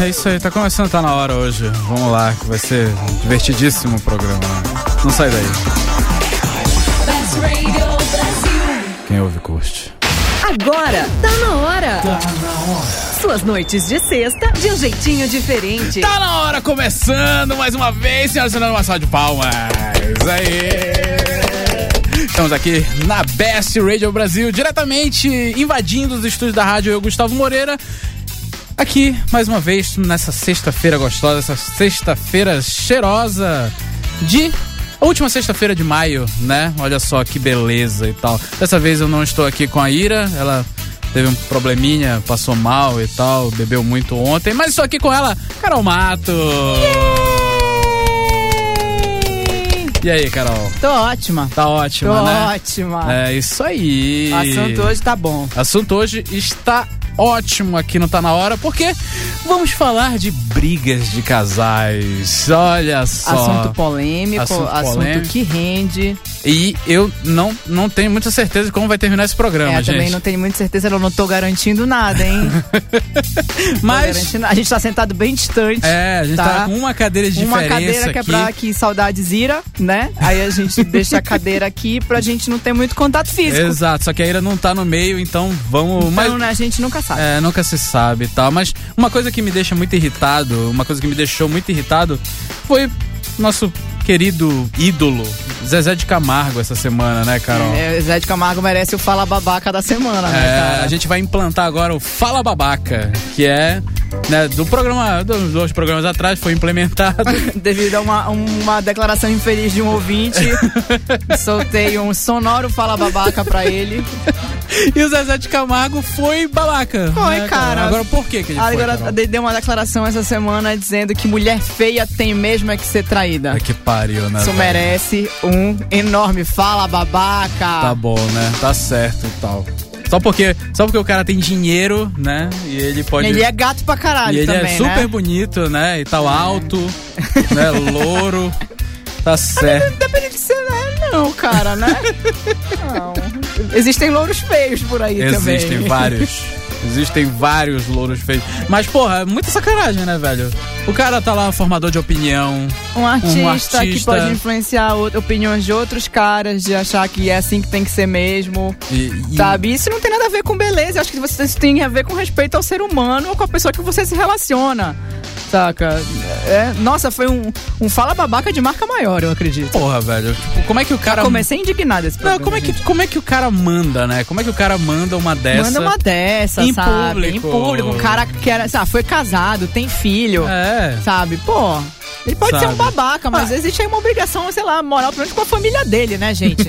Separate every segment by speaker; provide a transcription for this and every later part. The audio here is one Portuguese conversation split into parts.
Speaker 1: é isso aí. Tá começando, tá na hora hoje. Vamos lá, que vai ser um divertidíssimo o programa. Não sai daí. Quem ouve, curte.
Speaker 2: Agora tá na hora. Suas noites de sexta de um jeitinho diferente.
Speaker 1: Tá na hora começando mais uma vez, senhoras e senhores, uma salva de palmas. Aí. Estamos aqui na Best Radio Brasil, diretamente invadindo os estúdios da rádio eu, Gustavo Moreira. Aqui, mais uma vez, nessa sexta-feira gostosa, essa sexta-feira cheirosa de. A última sexta-feira de maio, né? Olha só que beleza e tal. Dessa vez eu não estou aqui com a Ira, ela teve um probleminha, passou mal e tal, bebeu muito ontem, mas estou aqui com ela, Carol Mato. E aí, Carol?
Speaker 3: Tô ótima.
Speaker 1: Tá
Speaker 3: Tô
Speaker 1: ótima, né?
Speaker 3: ótima.
Speaker 1: É isso aí.
Speaker 3: O assunto hoje tá bom.
Speaker 1: O assunto hoje está ótimo aqui no Tá Na Hora, porque vamos falar de brigas de casais. Olha só.
Speaker 3: Assunto polêmico,
Speaker 1: Assunto
Speaker 3: assunto,
Speaker 1: polêmico.
Speaker 3: que rende.
Speaker 1: E eu não, não tenho muita certeza de como vai terminar esse programa,
Speaker 3: é,
Speaker 1: gente.
Speaker 3: também não tenho muita certeza, eu não tô garantindo nada, hein? Tô
Speaker 1: Mas.
Speaker 3: garantindo- A gente tá sentado bem distante.
Speaker 1: É, a gente tá, com uma cadeira de
Speaker 3: Uma
Speaker 1: diferença
Speaker 3: cadeira que é
Speaker 1: aqui.
Speaker 3: pra que saudades ira, né? Aí a gente deixa a cadeira aqui pra gente não ter muito contato físico.
Speaker 1: Exato, só que a Ira não tá no meio, então vamos. mas-
Speaker 3: Então, né, a gente nunca sabe.
Speaker 1: É, nunca se sabe e tal. Mas uma coisa que me deixa muito irritado, uma coisa que me deixou muito irritado, foi nosso querido ídolo, Zezé de Camargo, essa semana, né, Carol?
Speaker 3: É, Zé de Camargo merece o Fala Babaca da semana, né,
Speaker 1: É,
Speaker 3: cara?
Speaker 1: a gente vai implantar agora o Fala Babaca, que é né, do programa, dos dois programas atrás, foi implementado.
Speaker 3: Devido a uma, uma declaração infeliz de um ouvinte, soltei um sonoro Fala Babaca pra ele.
Speaker 1: e o Zezé de Camargo foi babaca.
Speaker 3: Foi,
Speaker 1: né,
Speaker 3: cara.
Speaker 1: Agora por que, que ele foi?
Speaker 3: Agora
Speaker 1: Carol?
Speaker 3: de- deu uma declaração essa semana dizendo que mulher feia tem mesmo é que ser traída.
Speaker 1: É que pariu, né?
Speaker 3: Isso
Speaker 1: velho?
Speaker 3: merece um enorme fala babaca.
Speaker 1: Tá bom, né? Tá certo e tal. Só porque, só porque o cara tem dinheiro, né? E ele pode.
Speaker 3: Ele é gato pra caralho
Speaker 1: E ele
Speaker 3: também,
Speaker 1: é super
Speaker 3: né?
Speaker 1: bonito, né? E tal, alto, né? Louro. Tá certo.
Speaker 3: Depende de ser, né? Não, cara, né? não. Existem louros feios por aí também.
Speaker 1: Existem vários. Existem vários louros feios. Mas, porra, é muita sacanagem, né, velho? O cara tá lá, formador de opinião.
Speaker 3: Um artista, que
Speaker 1: artista.
Speaker 3: pode influenciar o- opiniões de outros caras, de achar que é assim que tem que ser mesmo.
Speaker 1: E, e-
Speaker 3: Sabe? Isso não tem nada a ver com beleza. Eu acho que você- isso tem a ver com respeito ao ser humano ou com a pessoa que você se relaciona. Saca? É, nossa, foi um, um fala babaca de marca maior, eu acredito.
Speaker 1: Porra, velho. Tipo, como é que o cara.
Speaker 3: Comecei indignada esse
Speaker 1: Não,
Speaker 3: programa.
Speaker 1: como é, que,
Speaker 3: Tá gente.
Speaker 1: como é que o cara manda, né? Como é que o cara manda uma dessa?
Speaker 3: Manda uma dessa,
Speaker 1: Em
Speaker 3: sabe? Em
Speaker 1: público.
Speaker 3: público. Um cara que era, sabe, foi casado, tem filho,
Speaker 1: É.
Speaker 3: sabe? Pô, ele pode ser um
Speaker 1: Sabe. Ah.
Speaker 3: babaca, mas existe aí uma obrigação, sei lá, moral, pelo menos com a família dele, né, gente?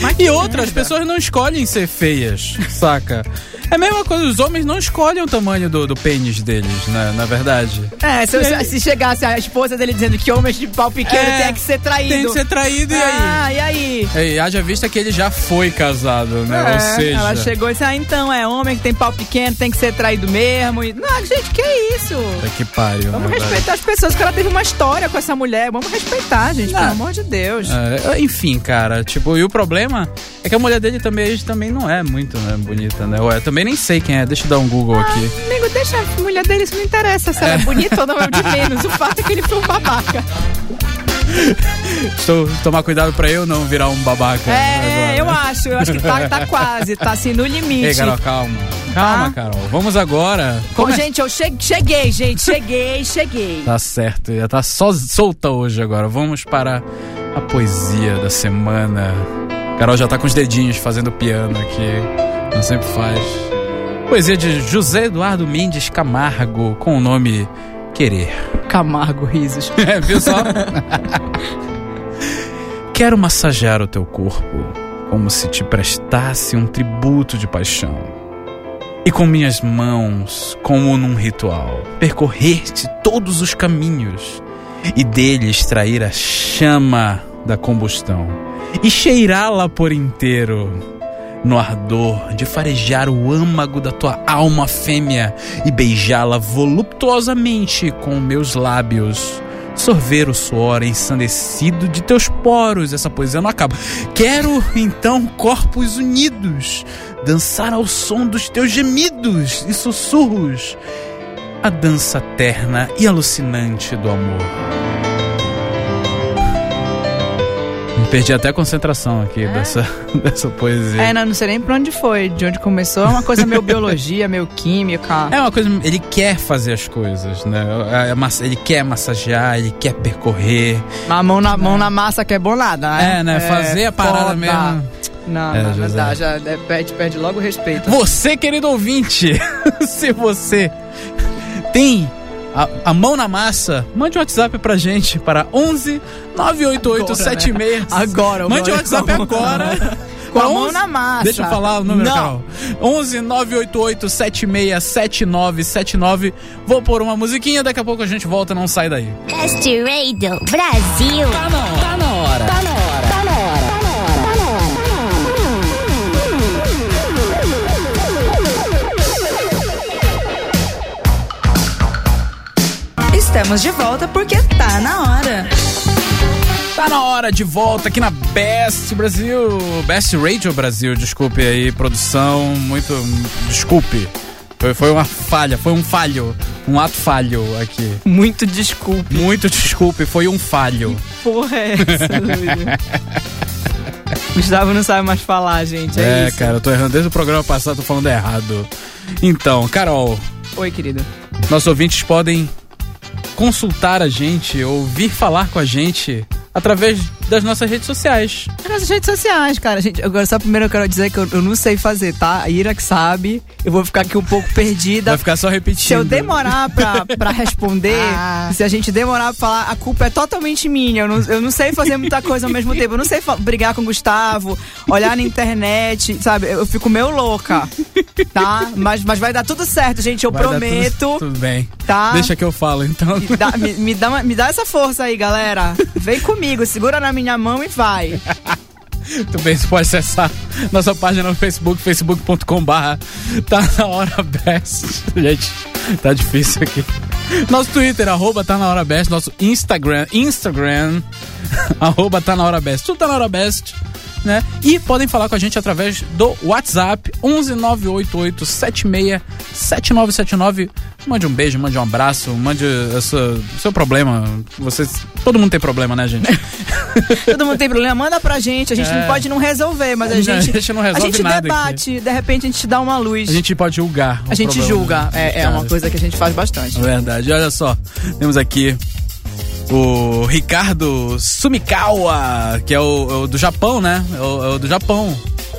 Speaker 3: mas
Speaker 1: E outras pessoas não escolhem ser feias, saca? É a mesma coisa, os homens não escolhem o tamanho do, do pênis deles, né? Na verdade.
Speaker 3: É, se, se- se chegasse a esposa dele dizendo que homens de pau pequeno
Speaker 1: É,
Speaker 3: tem que ser traído.
Speaker 1: Tem que ser traído, e aí?
Speaker 3: Ah, e aí?
Speaker 1: E haja vista que ele já foi casado, né? Ou
Speaker 3: É,
Speaker 1: seja.
Speaker 3: Ela chegou e disse: Ah, então é homem que tem pau pequeno, tem que ser traído mesmo. E, não, gente, que é isso?
Speaker 1: Puta que pariu.
Speaker 3: Vamos
Speaker 1: né, velho?
Speaker 3: respeitar as pessoas, que ela teve uma história com essa mulher. Vamos respeitar, gente, pelo
Speaker 1: Ah.
Speaker 3: amor de Deus.
Speaker 1: É, enfim, cara, tipo, e o problema é que a mulher dele também, ele também não é muito né, bonita, né? Ué, eu também nem sei quem é, deixa eu dar um Google aqui.
Speaker 3: Ah, Amigo, deixa a mulher dele, isso não interessa. Se ela é bonita ou não é o de menos. O fato é que ele foi um babaca.
Speaker 1: Estou tomar cuidado pra eu não virar um babaca.
Speaker 3: Ah. É,
Speaker 1: agora. né?
Speaker 3: eu acho. Eu acho que tá, tá quase, tá assim no limite.
Speaker 1: Ei, Carol, calma. Calma,
Speaker 3: Tá.
Speaker 1: Carol. Vamos agora.
Speaker 3: Bom, gente, eu che- cheguei, gente. Cheguei, cheguei.
Speaker 1: Tá certo, ia tá só solta hoje agora. Vamos para a poesia da semana. Carol já tá com os dedinhos fazendo piano aqui. Não sempre faz. Poesia de José Eduardo Mendes Camargo, com o nome Querer.
Speaker 3: Camargo Risos.
Speaker 1: É, viu só? Quero massagear o teu corpo como se te prestasse um tributo de paixão. E com minhas mãos, como num ritual, percorrer-te todos os caminhos e dele extrair a chama da combustão e cheirá-la por inteiro. No ardor de farejar o âmago da tua alma fêmea e beijá-la voluptuosamente com meus lábios sorver o suor ensandecido de teus poros. Essa poesia não acaba. Quero então corpos unidos, dançar ao som dos teus gemidos e sussurros. a dança terna e alucinante do amor. Perdi até a concentração aqui dessa, dessa poesia.
Speaker 3: É, não, não sei nem pra onde foi, de onde começou. É uma coisa meio biologia, meio química.
Speaker 1: É uma coisa, ele quer fazer as coisas, né? É, é massa- Ele quer massagear, ele quer percorrer.
Speaker 3: Mas mão na, mão na massa que é bom nada, né?
Speaker 1: Né? É, né? Fazer a parada
Speaker 3: foda.
Speaker 1: mesmo.
Speaker 3: Não,
Speaker 1: É,
Speaker 3: não, não
Speaker 1: José.
Speaker 3: dá. Já é, perde, perde logo o respeito.
Speaker 1: Você, querido ouvinte, se você tem a, a mão na massa, mande um WhatsApp pra gente para 11 988 76.
Speaker 3: né? Agora,
Speaker 1: Mande um
Speaker 3: agora.
Speaker 1: WhatsApp agora.
Speaker 3: Com a
Speaker 1: Pra
Speaker 3: mão
Speaker 1: 11
Speaker 3: na massa.
Speaker 1: Deixa eu falar o número,
Speaker 3: Não.
Speaker 1: Carol. 11 988 767979. Vou pôr uma musiquinha, daqui a pouco a gente volta, não sai daí.
Speaker 4: Best Radio Brasil.
Speaker 5: Estamos de volta porque tá na hora.
Speaker 1: Tá na hora de volta aqui na Best Brasil. Best Radio Brasil, desculpe aí, produção. Muito. Desculpe. Foi, foi uma falha, foi um falho. Um ato falho aqui.
Speaker 3: Muito desculpa.
Speaker 1: Muito desculpe, foi um falho.
Speaker 3: Porra, é essa, Luiz? Gustavo não sabe mais falar, gente. É,
Speaker 1: É,
Speaker 3: isso.
Speaker 1: cara, eu tô errando. Desde o programa passado, tô falando errado. Então, Carol,
Speaker 3: Oi, querido.
Speaker 1: nossos ouvintes podem consultar a gente ou vir falar com a gente através das nossas redes sociais.
Speaker 3: Nas redes sociais, cara. Gente, agora só primeiro eu quero dizer que eu, eu não sei fazer, tá? A Ira que sabe. Eu vou ficar aqui um pouco perdida.
Speaker 1: Vai ficar só repetindo.
Speaker 3: Se eu demorar pra, pra responder,
Speaker 1: Ah.
Speaker 3: se a gente demorar pra falar, a culpa é totalmente minha. Eu não, eu não sei fazer muita coisa ao mesmo tempo. Eu não sei fa- brigar com o Gustavo, olhar na internet, sabe? Eu, eu fico meio louca, tá? Mas, mas vai dar tudo certo, gente. Eu
Speaker 1: Vai dar tudo-
Speaker 3: prometo,
Speaker 1: Tudo, bem.
Speaker 3: tá?
Speaker 1: Deixa que eu falo, então.
Speaker 3: Me dá- me, me dá, uma- me dá essa força aí, galera. Vem comigo, segura na minha mão e vai.
Speaker 1: Também você pode acessar nossa página no Facebook, facebook.com barra tá na hora best. Gente, tá difícil aqui. Nosso Twitter, arroba tá na hora best. Nosso Instagram, Instagram, arroba tá na hora best. Tudo tá na hora best, né? E podem falar com a gente através do WhatsApp, 11988767979. Mande um beijo, mande um abraço, mande a sua- o seu problema. Vocês, todo mundo tem problema, né, gente?
Speaker 3: Todo mundo tem problema, manda pra gente. A gente
Speaker 1: É.
Speaker 3: não pode não resolver, mas
Speaker 1: Não,
Speaker 3: a gente.
Speaker 1: a gente não resolve
Speaker 3: A gente
Speaker 1: nada
Speaker 3: debate, de repente a gente dá uma luz.
Speaker 1: A gente pode julgar. o
Speaker 3: A gente
Speaker 1: Um problema
Speaker 3: julga.
Speaker 1: dos
Speaker 3: É, é
Speaker 1: caras.
Speaker 3: uma coisa que a gente faz bastante.
Speaker 1: É Verdade. Olha só, temos aqui o Ricardo Sumikawa, que é o, é o do Japão, né? É o, é o do Japão.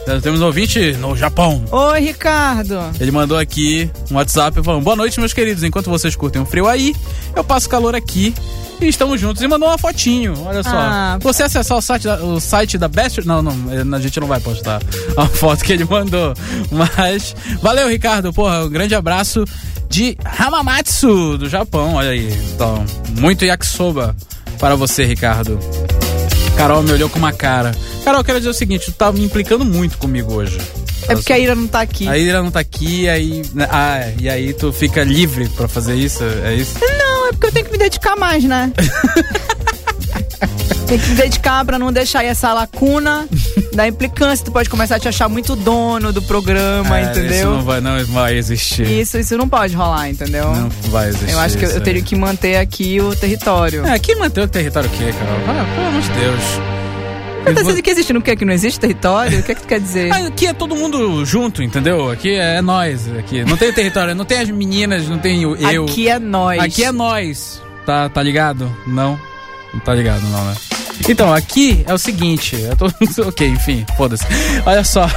Speaker 1: Nós Temos um ouvinte no Japão.
Speaker 3: Oi, Ricardo.
Speaker 1: Ele mandou aqui um WhatsApp falando: Boa noite, meus queridos. Enquanto vocês curtem o frio aí, eu passo calor aqui e estamos juntos. E mandou uma fotinho, olha só.
Speaker 3: Ah.
Speaker 1: Você acessar o site, da, o site da Best. Não, é, não, a gente não vai postar a foto que ele mandou. Mas valeu, Ricardo. Porra, um grande abraço de Hamamatsu, do Japão. Olha aí. Então, muito yakisoba para você, Ricardo. Carol me olhou com uma cara. Carol, eu quero dizer o seguinte: tu tá me implicando muito comigo hoje.
Speaker 3: É porque a Ira não tá aqui.
Speaker 1: Aí ela não tá aqui, aí. Ah, e aí tu fica livre pra fazer isso? É isso?
Speaker 3: Não, é porque eu tenho que me dedicar mais, né? Tem que me dedicar pra não deixar aí essa lacuna da implicância. Tu pode começar a te achar muito dono do programa,
Speaker 1: Ah, Isso não
Speaker 3: entendeu?
Speaker 1: vai, não vai existir.
Speaker 3: Isso, isso não pode rolar, entendeu?
Speaker 1: Não vai existir.
Speaker 3: eu acho que eu,
Speaker 1: isso
Speaker 3: eu teria
Speaker 1: aí.
Speaker 3: que manter aqui o território.
Speaker 1: É, quem manteve o território o quê, Carol? Ah, pelo amor de Deus.
Speaker 3: Mas tá
Speaker 1: Eu vou-
Speaker 3: dizendo que existe, não quer que não existe território? O que é que tu quer dizer?
Speaker 1: Ah, Aqui é todo mundo junto, entendeu? Aqui é nós. Aqui. Não tem território, não tem as meninas, não tem o eu.
Speaker 3: Aqui é nós.
Speaker 1: Aqui é nós. Tá, tá ligado? Não? Não tá ligado, não, né? Então, aqui é o seguinte. Eu tô... ok, enfim, foda-se. Olha só.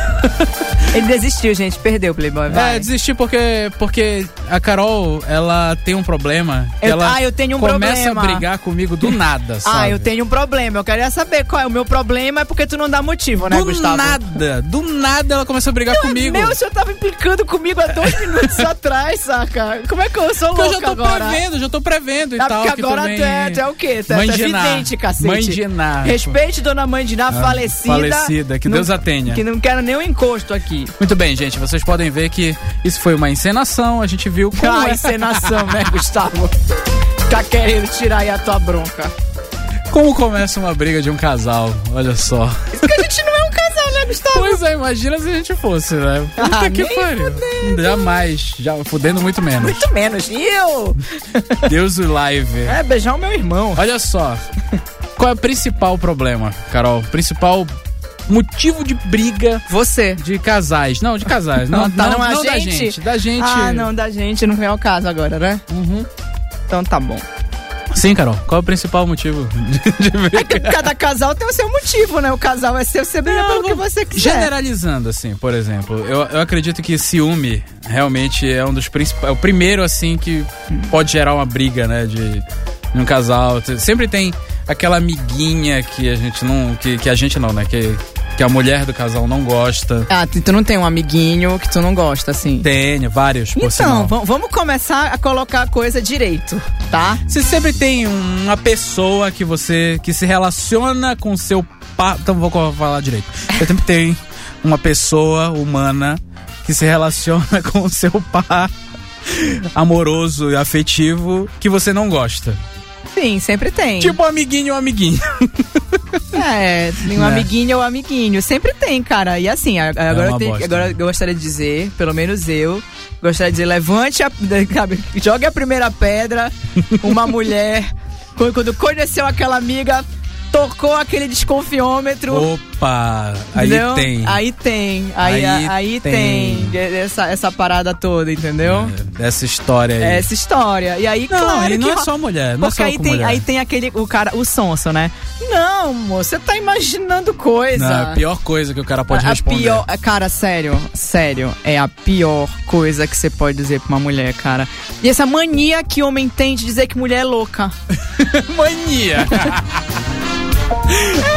Speaker 3: Ele desistiu, gente. Perdeu o Playboy. Vai.
Speaker 1: É, desisti porque, porque a Carol, ela tem um problema. que
Speaker 3: Eu-
Speaker 1: ela
Speaker 3: ah, eu tenho um
Speaker 1: começa
Speaker 3: problema.
Speaker 1: a brigar comigo do nada, sabe?
Speaker 3: Ah, eu tenho um problema. Eu queria saber qual é o meu problema, é porque tu não dá motivo, né,
Speaker 1: Do
Speaker 3: Gustavo?
Speaker 1: nada, do nada ela começou a brigar comigo.
Speaker 3: Meu, o senhor tava implicando comigo há dois minutos atrás, saca? Como é que eu sou
Speaker 1: Porque eu
Speaker 3: louca
Speaker 1: já tô
Speaker 3: agora?
Speaker 1: prevendo, já tô prevendo e
Speaker 3: Ah,
Speaker 1: tal.
Speaker 3: porque
Speaker 1: que
Speaker 3: agora
Speaker 1: também...
Speaker 3: tu, é, tu é o quê? Tu é,
Speaker 1: Mãe
Speaker 3: tu é
Speaker 1: Diná.
Speaker 3: vidente, cacete.
Speaker 1: Mãe Diná.
Speaker 3: Respeite Dona Mãe Diná,
Speaker 1: Ah,
Speaker 3: falecida.
Speaker 1: falecida, que
Speaker 3: Não-
Speaker 1: Deus a tenha.
Speaker 3: Que não quero nenhum encosto aqui.
Speaker 1: Muito bem, gente, vocês podem ver que isso foi uma encenação, a gente viu como
Speaker 3: Ah,
Speaker 1: é.
Speaker 3: encenação, né, Gustavo? Tá querendo tirar aí a tua bronca.
Speaker 1: Como começa uma briga de um casal, olha só.
Speaker 3: Porque a gente não é um casal, né, Gustavo?
Speaker 1: Pois é, imagina se a gente fosse, né? Puta
Speaker 3: Ah,
Speaker 1: que
Speaker 3: nem
Speaker 1: pariu. Jamais. Já, fudendo muito menos.
Speaker 3: Muito menos. E eu?
Speaker 1: Deus o live.
Speaker 3: É, beijar o meu irmão.
Speaker 1: Olha só. Qual é o principal problema, Carol? Principal motivo de briga
Speaker 3: Você.
Speaker 1: de casais. Não, de casais. Não,
Speaker 3: Ah, tá,
Speaker 1: não,
Speaker 3: não, a
Speaker 1: não da
Speaker 3: gente?
Speaker 1: gente. Da gente.
Speaker 3: Ah, não, da gente não vem ao caso agora, né?
Speaker 1: Uhum.
Speaker 3: Então tá bom.
Speaker 1: Sim, Carol. Qual é o principal motivo de, de briga?
Speaker 3: Cada casal tem o seu motivo, né? O casal é seu, você briga
Speaker 1: Não,
Speaker 3: pelo que
Speaker 1: não-
Speaker 3: você quiser.
Speaker 1: Generalizando, assim, por exemplo, eu, eu acredito que ciúme realmente é um dos principais. É o primeiro, assim, que pode gerar uma briga, né? De, de um casal. Te- Sempre tem aquela amiguinha que a gente não. Que, que a gente não, né? Que, que a mulher do casal não gosta.
Speaker 3: Ah, tu tu não tem um amiguinho que tu não gosta, assim.
Speaker 1: Tem, vários, por
Speaker 3: Então,
Speaker 1: sinal.
Speaker 3: va- vamos começar a colocar a coisa direito, tá?
Speaker 1: Você sempre tem uma pessoa que você. que se relaciona com seu. Pa... Então vou co- falar direito. Você sempre tem uma pessoa humana que se relaciona com o seu par amoroso e afetivo que você não gosta.
Speaker 3: Sim, sempre tem.
Speaker 1: Tipo um amiguinho ou amiguinho.
Speaker 3: É, tem um
Speaker 1: Né? É
Speaker 3: amiguinho ou amiguinho. Sempre tem, cara. E assim, a- a- agora,
Speaker 1: uma
Speaker 3: eu tenho-
Speaker 1: bosta.
Speaker 3: agora eu gostaria de dizer, pelo menos eu, gostaria de dizer, levante a. sabe, Jogue a primeira pedra, uma mulher, quando, quando conheceu aquela amiga, tocou aquele desconfiômetro.
Speaker 1: Opa! Oh, Aí
Speaker 3: entendeu?
Speaker 1: tem.
Speaker 3: Aí tem. Aí,
Speaker 1: Aí
Speaker 3: aí,
Speaker 1: tem.
Speaker 3: tem, essa, essa parada toda, entendeu?
Speaker 1: é, Essa história aí.
Speaker 3: Essa história. E aí,
Speaker 1: Não,
Speaker 3: É, claro
Speaker 1: e não
Speaker 3: que
Speaker 1: é
Speaker 3: ro-
Speaker 1: só mulher, não
Speaker 3: porque
Speaker 1: é só
Speaker 3: aí
Speaker 1: com
Speaker 3: tem,
Speaker 1: mulher.
Speaker 3: aí tem aquele, o cara, o sonso, né? Não, moço, você tá imaginando coisa.
Speaker 1: Não, é a pior coisa que o cara pode
Speaker 3: a, a
Speaker 1: responder.
Speaker 3: pior, cara, sério, sério, é a pior coisa que você pode dizer pra uma mulher, cara. E essa mania que homem tem de dizer que mulher é louca.
Speaker 1: Mania!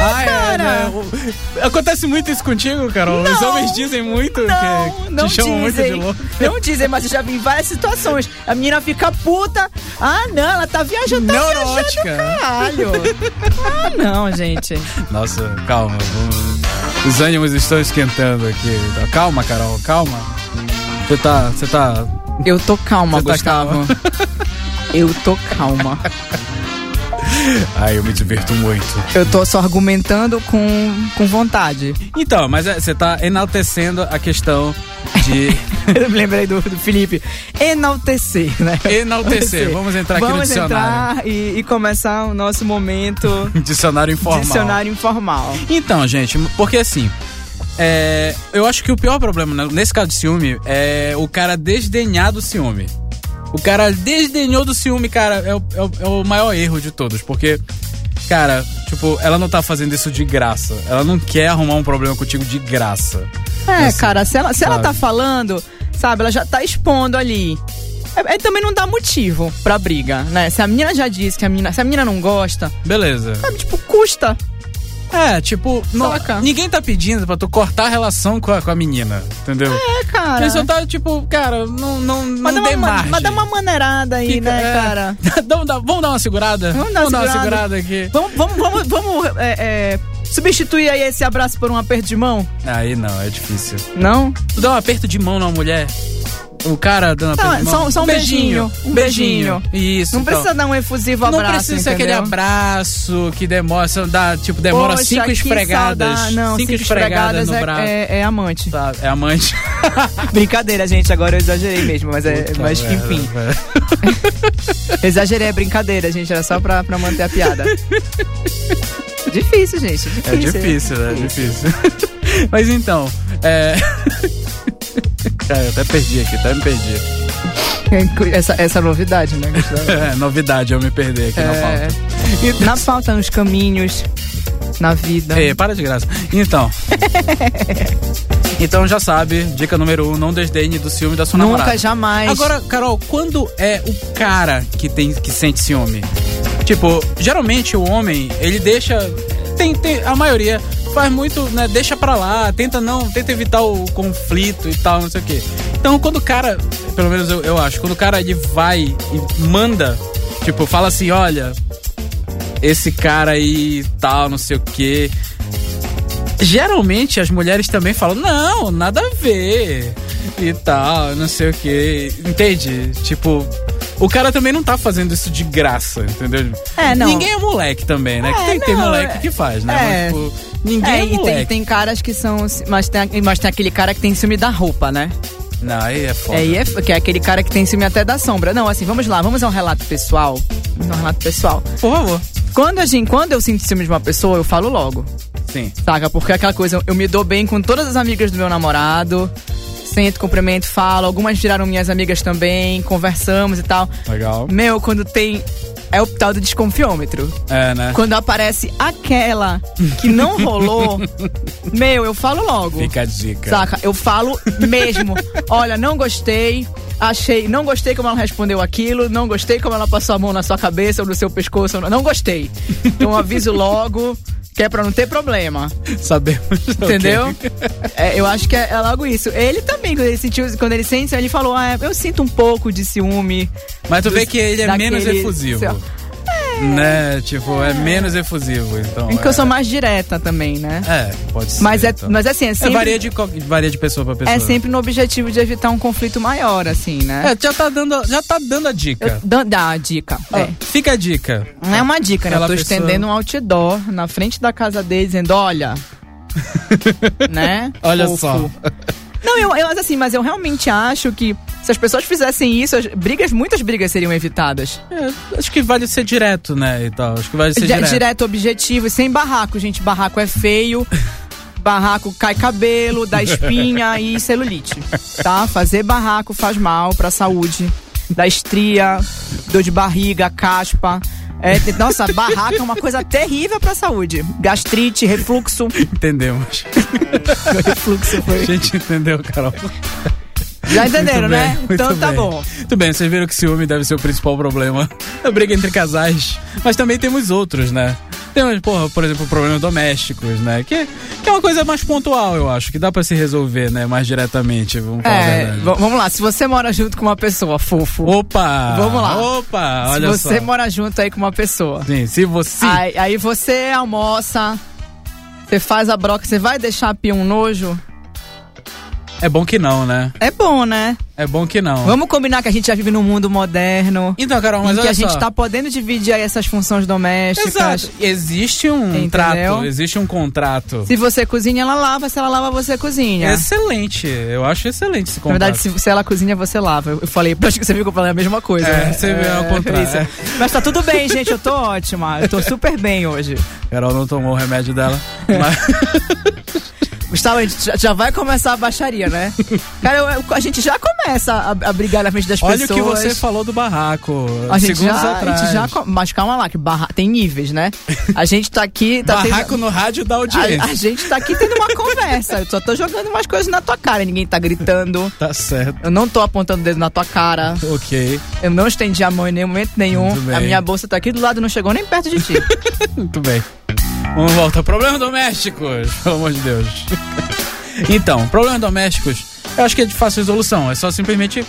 Speaker 1: Ai,
Speaker 3: cara.
Speaker 1: né? O- Acontece muito isso contigo, Carol? Os
Speaker 3: Não,
Speaker 1: homens dizem muito Então, que
Speaker 3: Não, não
Speaker 1: te chamam
Speaker 3: dizem. Tá
Speaker 1: muito de louco.
Speaker 3: Não dizem, mas eu já vi em várias situações. A menina fica puta. Ah, não, ela tá viajando, tá
Speaker 1: Neurótica.
Speaker 3: viajando, caralho. ah, não, gente.
Speaker 1: Nossa, calma. vamos- Os ânimos estão esquentando aqui. Tá, Calma, Carol, calma. Você tá. Você tá.
Speaker 3: Eu tô calma,
Speaker 1: Você tá
Speaker 3: Gustavo. Eu tô calma.
Speaker 1: Ai, eu me diverto muito.
Speaker 3: Eu tô só argumentando com, com vontade.
Speaker 1: Então, mas é, você tá enaltecendo a questão de
Speaker 3: Eu me lembrei do, do Felipe. Enaltecer, né?
Speaker 1: enaltecer. Vamos entrar aqui no
Speaker 3: Vamos
Speaker 1: dicionário.
Speaker 3: entrar e, e começar o nosso momento
Speaker 1: Dicionário informal.
Speaker 3: dicionário informal.
Speaker 1: Então, gente, porque assim. é, eu acho que o pior problema, né, nesse caso de ciúme, é o cara desdenhar do ciúme. O cara desdenhou do ciúme, cara, é o, é o- é o maior erro de todos, porque. Cara, tipo, ela não tá fazendo isso de graça. Ela não quer arrumar um problema contigo de graça.
Speaker 3: É,
Speaker 1: Assim,
Speaker 3: cara, se ela, se ela
Speaker 1: sabe?
Speaker 3: tá falando, sabe, ela já tá expondo ali. É, é, também não dá motivo pra briga, né? Se a menina já disse que a menina, se a menina não gosta,
Speaker 1: Beleza.
Speaker 3: sabe, tipo, custa.
Speaker 1: É, tipo, não-
Speaker 3: Saca.
Speaker 1: ninguém tá pedindo pra tu cortar a relação com a, com a menina, entendeu?
Speaker 3: É, cara.
Speaker 1: Ele só tá, tipo, cara, não, não,
Speaker 3: mas,
Speaker 1: não
Speaker 3: dá
Speaker 1: tem
Speaker 3: uma,
Speaker 1: margem.
Speaker 3: mas dá uma maneirada aí,
Speaker 1: Fica-
Speaker 3: né,
Speaker 1: é.
Speaker 3: cara?
Speaker 1: Dá um- dá- vamos dar uma segurada?
Speaker 3: Vamos dar uma segurada.
Speaker 1: aqui.
Speaker 3: Vamos, vamos, vamos, vamos é, é, substituir aí esse abraço por um aperto de mão?
Speaker 1: Aí não, é difícil.
Speaker 3: Não?
Speaker 1: Tu dá um aperto de mão numa mulher? O cara dando um
Speaker 3: Tá,
Speaker 1: aperto de mão?
Speaker 3: só- só um beijinho, um
Speaker 1: Isso.
Speaker 3: Não
Speaker 1: então.
Speaker 3: precisa dar um efusivo
Speaker 1: Não
Speaker 3: abraço,
Speaker 1: precisa ser aquele
Speaker 3: entendeu?
Speaker 1: abraço que demora, só dá, tipo, demora
Speaker 3: Poxa,
Speaker 1: cinco
Speaker 3: que
Speaker 1: esfregadas.
Speaker 3: saudade. Não,
Speaker 1: cinco, esfregadas, no
Speaker 3: é,
Speaker 1: braço. É...
Speaker 3: é- é amante.
Speaker 1: Tá, é amante.
Speaker 3: Brincadeira, gente, agora eu exagerei mesmo, mas, é, mas
Speaker 1: Tá,
Speaker 3: enfim.
Speaker 1: velho.
Speaker 3: Exagerei, é brincadeira, gente. Era só pra, pra manter a piada. difícil, gente. Difícil.
Speaker 1: É difícil, né? É difícil. Mas então, é. Cara, eu até perdi aqui, até me perdi.
Speaker 3: Essa, essa novidade, né, Gustavo?
Speaker 1: É, novidade, eu me perder aqui na
Speaker 3: É.
Speaker 1: pauta.
Speaker 3: Na falta, nos caminhos, na vida.
Speaker 1: Ei, para de graça. Então. então já sabe, dica número um, não desdenhe do ciúme da sua
Speaker 3: Nunca,
Speaker 1: namorada.
Speaker 3: jamais.
Speaker 1: Agora, Carol, quando é o cara que tem que sente ciúme? Tipo, geralmente o homem, ele deixa tem, tem- a maioria faz muito, né, deixa pra lá, tenta não, tenta evitar o conflito e tal, não sei o quê. Então, quando o cara, pelo menos eu, eu acho, quando o cara ele vai e manda, tipo, fala assim, olha, esse cara aí e tal, não sei o quê. Geralmente as mulheres também falam, não, nada a ver. E tal, não sei o que. Entende? Tipo, o cara também não tá fazendo isso de graça, entendeu?
Speaker 3: É, não.
Speaker 1: Ninguém é moleque também, né? que tem, tem
Speaker 3: não,
Speaker 1: moleque
Speaker 3: é-
Speaker 1: que faz, né?
Speaker 3: é.
Speaker 1: Mas, tipo, Ninguém é,
Speaker 3: É, e tem,
Speaker 1: moleque.
Speaker 3: tem caras que são. Mas tem, mas tem aquele cara que tem ciúme da roupa, né?
Speaker 1: Não, aí é foda.
Speaker 3: É, e é, f- que é aquele cara que tem ciúme até da sombra. Não, assim, vamos lá, vamos a um relato pessoal. Vamos a um relato pessoal.
Speaker 1: Por favor.
Speaker 3: Quando, a gente, quando eu sinto ciúme de uma pessoa, eu falo logo.
Speaker 1: Sim.
Speaker 3: Saca? Porque é aquela coisa, eu me dou bem com todas as amigas do meu namorado. Sento, cumprimento, falo. Algumas viraram minhas amigas também, conversamos e tal.
Speaker 1: Legal.
Speaker 3: Meu, quando tem. É o tal do desconfiômetro.
Speaker 1: É, né?
Speaker 3: Quando aparece aquela que não rolou, meu, eu falo logo.
Speaker 1: Fica a dica.
Speaker 3: Saca? Eu falo mesmo. Olha, não gostei. Achei, não gostei como ela respondeu aquilo, não gostei como ela passou a mão na sua cabeça ou no seu pescoço, ou no- não gostei. Então eu aviso logo, que é pra não ter problema.
Speaker 1: Sabemos.
Speaker 3: Entendeu?
Speaker 1: Ok.
Speaker 3: É, eu acho que é, é logo isso. Ele também, quando ele sentiu, quando ele sente, ele falou: ah, eu sinto um pouco de ciúme.
Speaker 1: Mas tu vê
Speaker 3: Dos-
Speaker 1: que ele é
Speaker 3: daquele-
Speaker 1: menos efusivo.
Speaker 3: sei lá.
Speaker 1: Né? Tipo, é menos efusivo. Então.
Speaker 3: Porque
Speaker 1: é...
Speaker 3: eu sou mais direta também, né?
Speaker 1: É, pode ser.
Speaker 3: Mas é,
Speaker 1: então.
Speaker 3: mas é assim, é
Speaker 1: É,
Speaker 3: sempre,
Speaker 1: varia, de, co- varia de pessoa pra pessoa.
Speaker 3: é sempre no objetivo de evitar um conflito maior, assim, né?
Speaker 1: É, já tá dando, já tá dando a dica.
Speaker 3: Dá, dá a dica.
Speaker 1: Ó,
Speaker 3: É.
Speaker 1: Fica a dica.
Speaker 3: Não é uma dica, né? Eu
Speaker 1: Aquela
Speaker 3: tô
Speaker 1: pessoa-
Speaker 3: estendendo um outdoor na frente da casa dele, dizendo, olha. né?
Speaker 1: Olha
Speaker 3: Fofo.
Speaker 1: só.
Speaker 3: Não, eu, eu- mas assim, mas eu realmente acho que se as pessoas fizessem isso, as brigas, muitas brigas seriam evitadas.
Speaker 1: É, acho que vale ser direto, né? E tal. Acho que vale ser
Speaker 3: Di-
Speaker 1: direto.
Speaker 3: direto. objetivo, e sem barraco, gente. Barraco é feio. Barraco cai cabelo, dá espinha e celulite, tá? Fazer barraco faz mal pra saúde. Dá estria, dor de barriga, caspa. É, te- nossa, barraco é uma coisa terrível pra saúde. Gastrite, refluxo.
Speaker 1: Entendemos.
Speaker 3: refluxo
Speaker 1: A
Speaker 3: foi.
Speaker 1: gente entendeu, Carol.
Speaker 3: Já entenderam,
Speaker 1: Muito
Speaker 3: né?
Speaker 1: bem, muito
Speaker 3: então tá
Speaker 1: bem.
Speaker 3: bom.
Speaker 1: Muito bem, vocês viram que ciúme deve ser o principal problema. A briga entre casais. Mas também temos outros, né? Temos, porra, por exemplo, problemas domésticos, né? Que, que é uma coisa mais pontual, eu acho, que dá pra se resolver, né? Mais diretamente, vamos falar a
Speaker 3: É,
Speaker 1: verdade.
Speaker 3: v- vamos lá. Se você mora junto com uma pessoa, fofo.
Speaker 1: Opa!
Speaker 3: Vamos lá.
Speaker 1: Opa!
Speaker 3: se
Speaker 1: Olha
Speaker 3: você
Speaker 1: só.
Speaker 3: mora junto aí com uma pessoa.
Speaker 1: Sim, se você.
Speaker 3: Aí, aí você almoça, você faz a broca, você vai deixar a pia um nojo?
Speaker 1: É bom que não, né?
Speaker 3: É bom, né?
Speaker 1: É bom que não.
Speaker 3: Vamos combinar que a gente já vive num mundo moderno.
Speaker 1: Então, Carol, mas
Speaker 3: em que
Speaker 1: olha
Speaker 3: a gente
Speaker 1: só.
Speaker 3: tá podendo dividir aí essas funções domésticas.
Speaker 1: Exato. Existe um
Speaker 3: Entendeu?
Speaker 1: trato, existe um contrato.
Speaker 3: Se você cozinha, ela lava. Se ela lava, você cozinha.
Speaker 1: é Excelente. Eu acho excelente esse
Speaker 3: é. Na
Speaker 1: contrato.
Speaker 3: verdade, se, se ela cozinha, você lava. Eu falei, acho que você viu que eu falei a mesma coisa.
Speaker 1: É,
Speaker 3: né?
Speaker 1: você viu, é o contrário, é.
Speaker 3: Mas tá tudo bem, gente. Eu tô ótima. Eu tô super bem hoje.
Speaker 1: Carol não tomou o remédio dela. Mas
Speaker 3: Gustavo, a gente já- já vai começar a baixaria, né? Cara, eu- eu- a gente já começa a, a brigar na frente das
Speaker 1: olha o
Speaker 3: pessoas.
Speaker 1: que você falou do barraco.
Speaker 3: A gente,
Speaker 1: segundos
Speaker 3: já, a
Speaker 1: atrás.
Speaker 3: gente já. co- Mas calma lá, que barra, tem níveis, né? A gente tá aqui. Tá tendo-
Speaker 1: Barraco no rádio da audiência.
Speaker 3: a, a gente tá aqui tendo uma conversa. Eu só tô jogando umas coisas na tua cara. Ninguém tá gritando.
Speaker 1: Tá certo.
Speaker 3: Eu não tô apontando o dedo na tua cara.
Speaker 1: Ok.
Speaker 3: Eu não estendi a mão em nenhum momento nenhum.
Speaker 1: Muito bem.
Speaker 3: A minha bolsa tá aqui do lado, não chegou nem perto de ti.
Speaker 1: Muito bem. Vamos voltar. Problemas domésticos, pelo amor de Deus. Então, problemas domésticos, eu acho que é de fácil resolução. É só simplesmente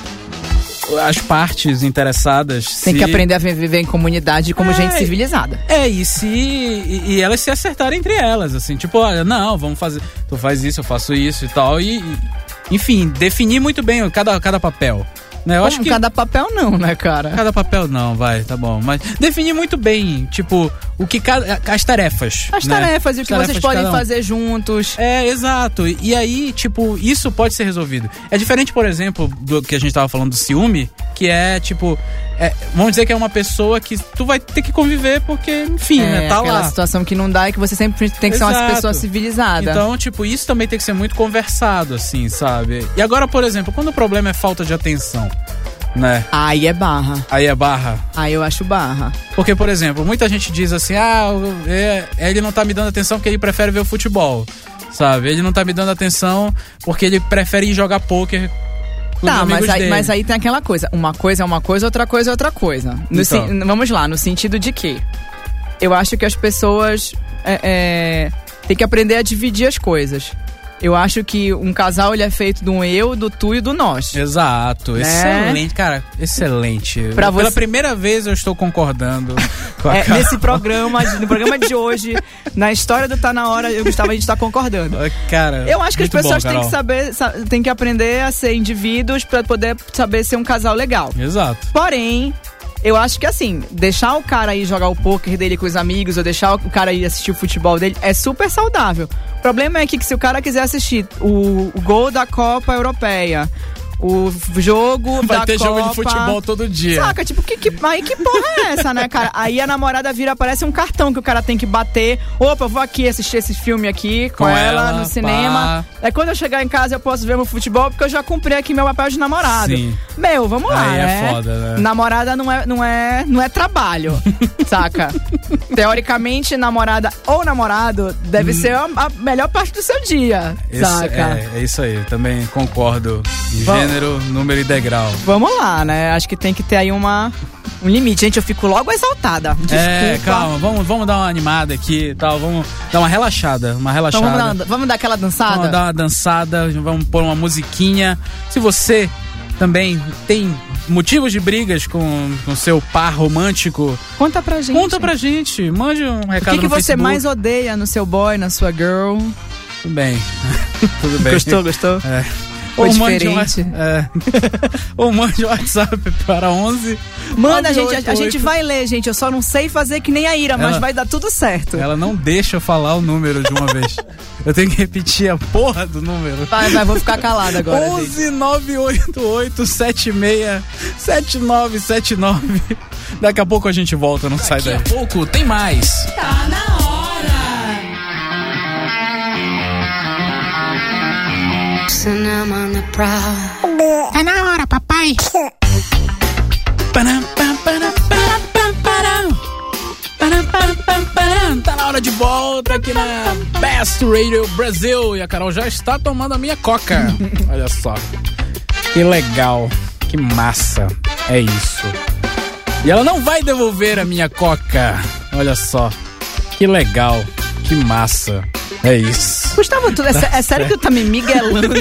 Speaker 1: as partes interessadas.
Speaker 3: Tem
Speaker 1: se-
Speaker 3: que aprender a vi- viver em comunidade como
Speaker 1: É.
Speaker 3: gente civilizada.
Speaker 1: É, e se. E, e elas se acertarem entre elas, assim, tipo, olha, não, vamos fazer. Tu faz isso, eu faço isso e tal. E. e- enfim, definir muito bem o- cada, cada papel. Né? Eu acho
Speaker 3: Como
Speaker 1: que.
Speaker 3: Cada papel não, né, cara?
Speaker 1: Cada papel não, vai, tá bom. Mas definir muito bem, tipo, o que cada. As tarefas.
Speaker 3: As
Speaker 1: né?
Speaker 3: tarefas e o
Speaker 1: As
Speaker 3: que vocês
Speaker 1: tarefas de
Speaker 3: podem
Speaker 1: cada um.
Speaker 3: fazer juntos.
Speaker 1: É, exato. E- E aí, tipo, isso pode ser resolvido. É diferente, por exemplo, do que a gente tava falando do ciúme, que é, tipo, é, vamos dizer que é uma pessoa que tu vai ter que conviver porque, enfim, né, tá
Speaker 3: É, aquela
Speaker 1: lá.
Speaker 3: situação que não dá e que você sempre tem que ser uma
Speaker 1: Exato.
Speaker 3: pessoa civilizada.
Speaker 1: Então, tipo, isso também tem que ser muito conversado, assim, sabe? E agora, por exemplo, quando o problema é falta de atenção, né?
Speaker 3: Aí é barra.
Speaker 1: Aí é barra.
Speaker 3: Aí eu acho barra.
Speaker 1: Porque, por exemplo, muita gente diz assim: ah, o- é, ele não tá me dando atenção porque ele prefere ver o futebol, sabe? Ele não tá me dando atenção porque ele prefere ir jogar pôquer com os
Speaker 3: tá,
Speaker 1: amigos
Speaker 3: mas aí,
Speaker 1: dele.
Speaker 3: mas aí tem aquela coisa. Uma coisa é uma coisa, outra coisa é outra coisa. No
Speaker 1: Então.
Speaker 3: sen- vamos lá, no sentido de que eu acho que as pessoas é, é, têm que aprender a dividir as coisas. Eu acho que um casal ele é feito do eu, do tu e do nós.
Speaker 1: É Exato,
Speaker 3: Né?
Speaker 1: excelente, cara, excelente.
Speaker 3: Pra
Speaker 1: Pela
Speaker 3: você-
Speaker 1: primeira vez eu estou concordando com a
Speaker 3: É,
Speaker 1: Carol.
Speaker 3: nesse programa, no programa de hoje, na história do Tá Na Hora, eu Gustavo, a gente tá concordando.
Speaker 1: Cara,
Speaker 3: Eu acho que
Speaker 1: muito
Speaker 3: as pessoas
Speaker 1: bom,
Speaker 3: têm que
Speaker 1: Carol.
Speaker 3: saber, sa- têm que aprender a ser indivíduos pra poder saber ser um casal legal.
Speaker 1: Exato.
Speaker 3: Porém, Eu acho que assim, deixar o cara aí jogar o poker dele com os amigos, ou deixar o cara aí assistir o futebol dele, é super saudável. O problema é que, que se o cara quiser assistir o, o gol da Copa Europeia, o jogo
Speaker 1: Vai
Speaker 3: da
Speaker 1: ter
Speaker 3: Copa...
Speaker 1: jogo de futebol todo dia.
Speaker 3: Saca, tipo, que, que, aí que porra é essa, né, cara? Aí a namorada vira, parece um cartão que o cara tem que bater. Opa, eu vou aqui assistir esse filme aqui com,
Speaker 1: Com
Speaker 3: ela,
Speaker 1: ela,
Speaker 3: no cinema. Aí quando eu chegar em casa eu posso ver meu futebol, porque eu já cumpri aqui meu papel de namorado.
Speaker 1: Sim.
Speaker 3: Meu, vamos lá,
Speaker 1: Aí é
Speaker 3: né?
Speaker 1: foda, né?
Speaker 3: Namorada não é, não é, não é trabalho, saca? Teoricamente, namorada ou namorado deve ser a, a melhor parte do seu dia,
Speaker 1: Isso-
Speaker 3: saca?
Speaker 1: Hum. é, é isso aí, também concordo. Em
Speaker 3: Bom.
Speaker 1: Gênero, número e degrau.
Speaker 3: Vamos lá, né? Acho que tem que ter aí uma, um limite. Gente, eu fico logo exaltada. Desculpa.
Speaker 1: É, calma, vamos, vamos dar uma animada aqui e tal, vamos dar uma relaxada, uma
Speaker 3: Então
Speaker 1: relaxada.
Speaker 3: vamos dar, vamos dar aquela dançada?
Speaker 1: Vamos dar uma dançada, vamos pôr uma musiquinha. Se você também tem motivos de brigas com o seu par romântico,
Speaker 3: Conta pra gente.
Speaker 1: conta pra gente, mande um
Speaker 3: O
Speaker 1: recado
Speaker 3: que, que
Speaker 1: no
Speaker 3: você
Speaker 1: Facebook.
Speaker 3: mais odeia no seu boy, na sua girl?
Speaker 1: Tudo bem. Tudo bem.
Speaker 3: Gostou, gostou?
Speaker 1: É.
Speaker 3: Foi
Speaker 1: Ou mande, um,
Speaker 3: diferente.
Speaker 1: é. Ou mande um WhatsApp para 11.
Speaker 3: Manda, gente, a, a
Speaker 1: 988.
Speaker 3: gente vai ler, gente. Eu só não sei fazer que nem a Ira, mas
Speaker 1: Ela-
Speaker 3: vai dar tudo certo.
Speaker 1: Ela não deixa eu falar o número de uma vez. Eu tenho que repetir a porra do número.
Speaker 3: Vai, vai, vou ficar calada agora.
Speaker 1: 11
Speaker 3: gente.
Speaker 1: 988 76 7979. Daqui a pouco a gente volta, não sai daí. Daqui a pouco tem mais.
Speaker 4: Tá na hora, papai.
Speaker 1: Param, pam, param, param, pam, param. Param, pam, pam, param. Tá na hora de volta aqui na Best Radio Brasil. E a Carol já está tomando a minha coca. Olha só. Que legal. Que massa. É isso. E ela não vai devolver a minha coca. Olha só. Que legal. Que massa. É isso.
Speaker 3: Gustavo, tu, é, sé- é sério que tu tá me miguelando?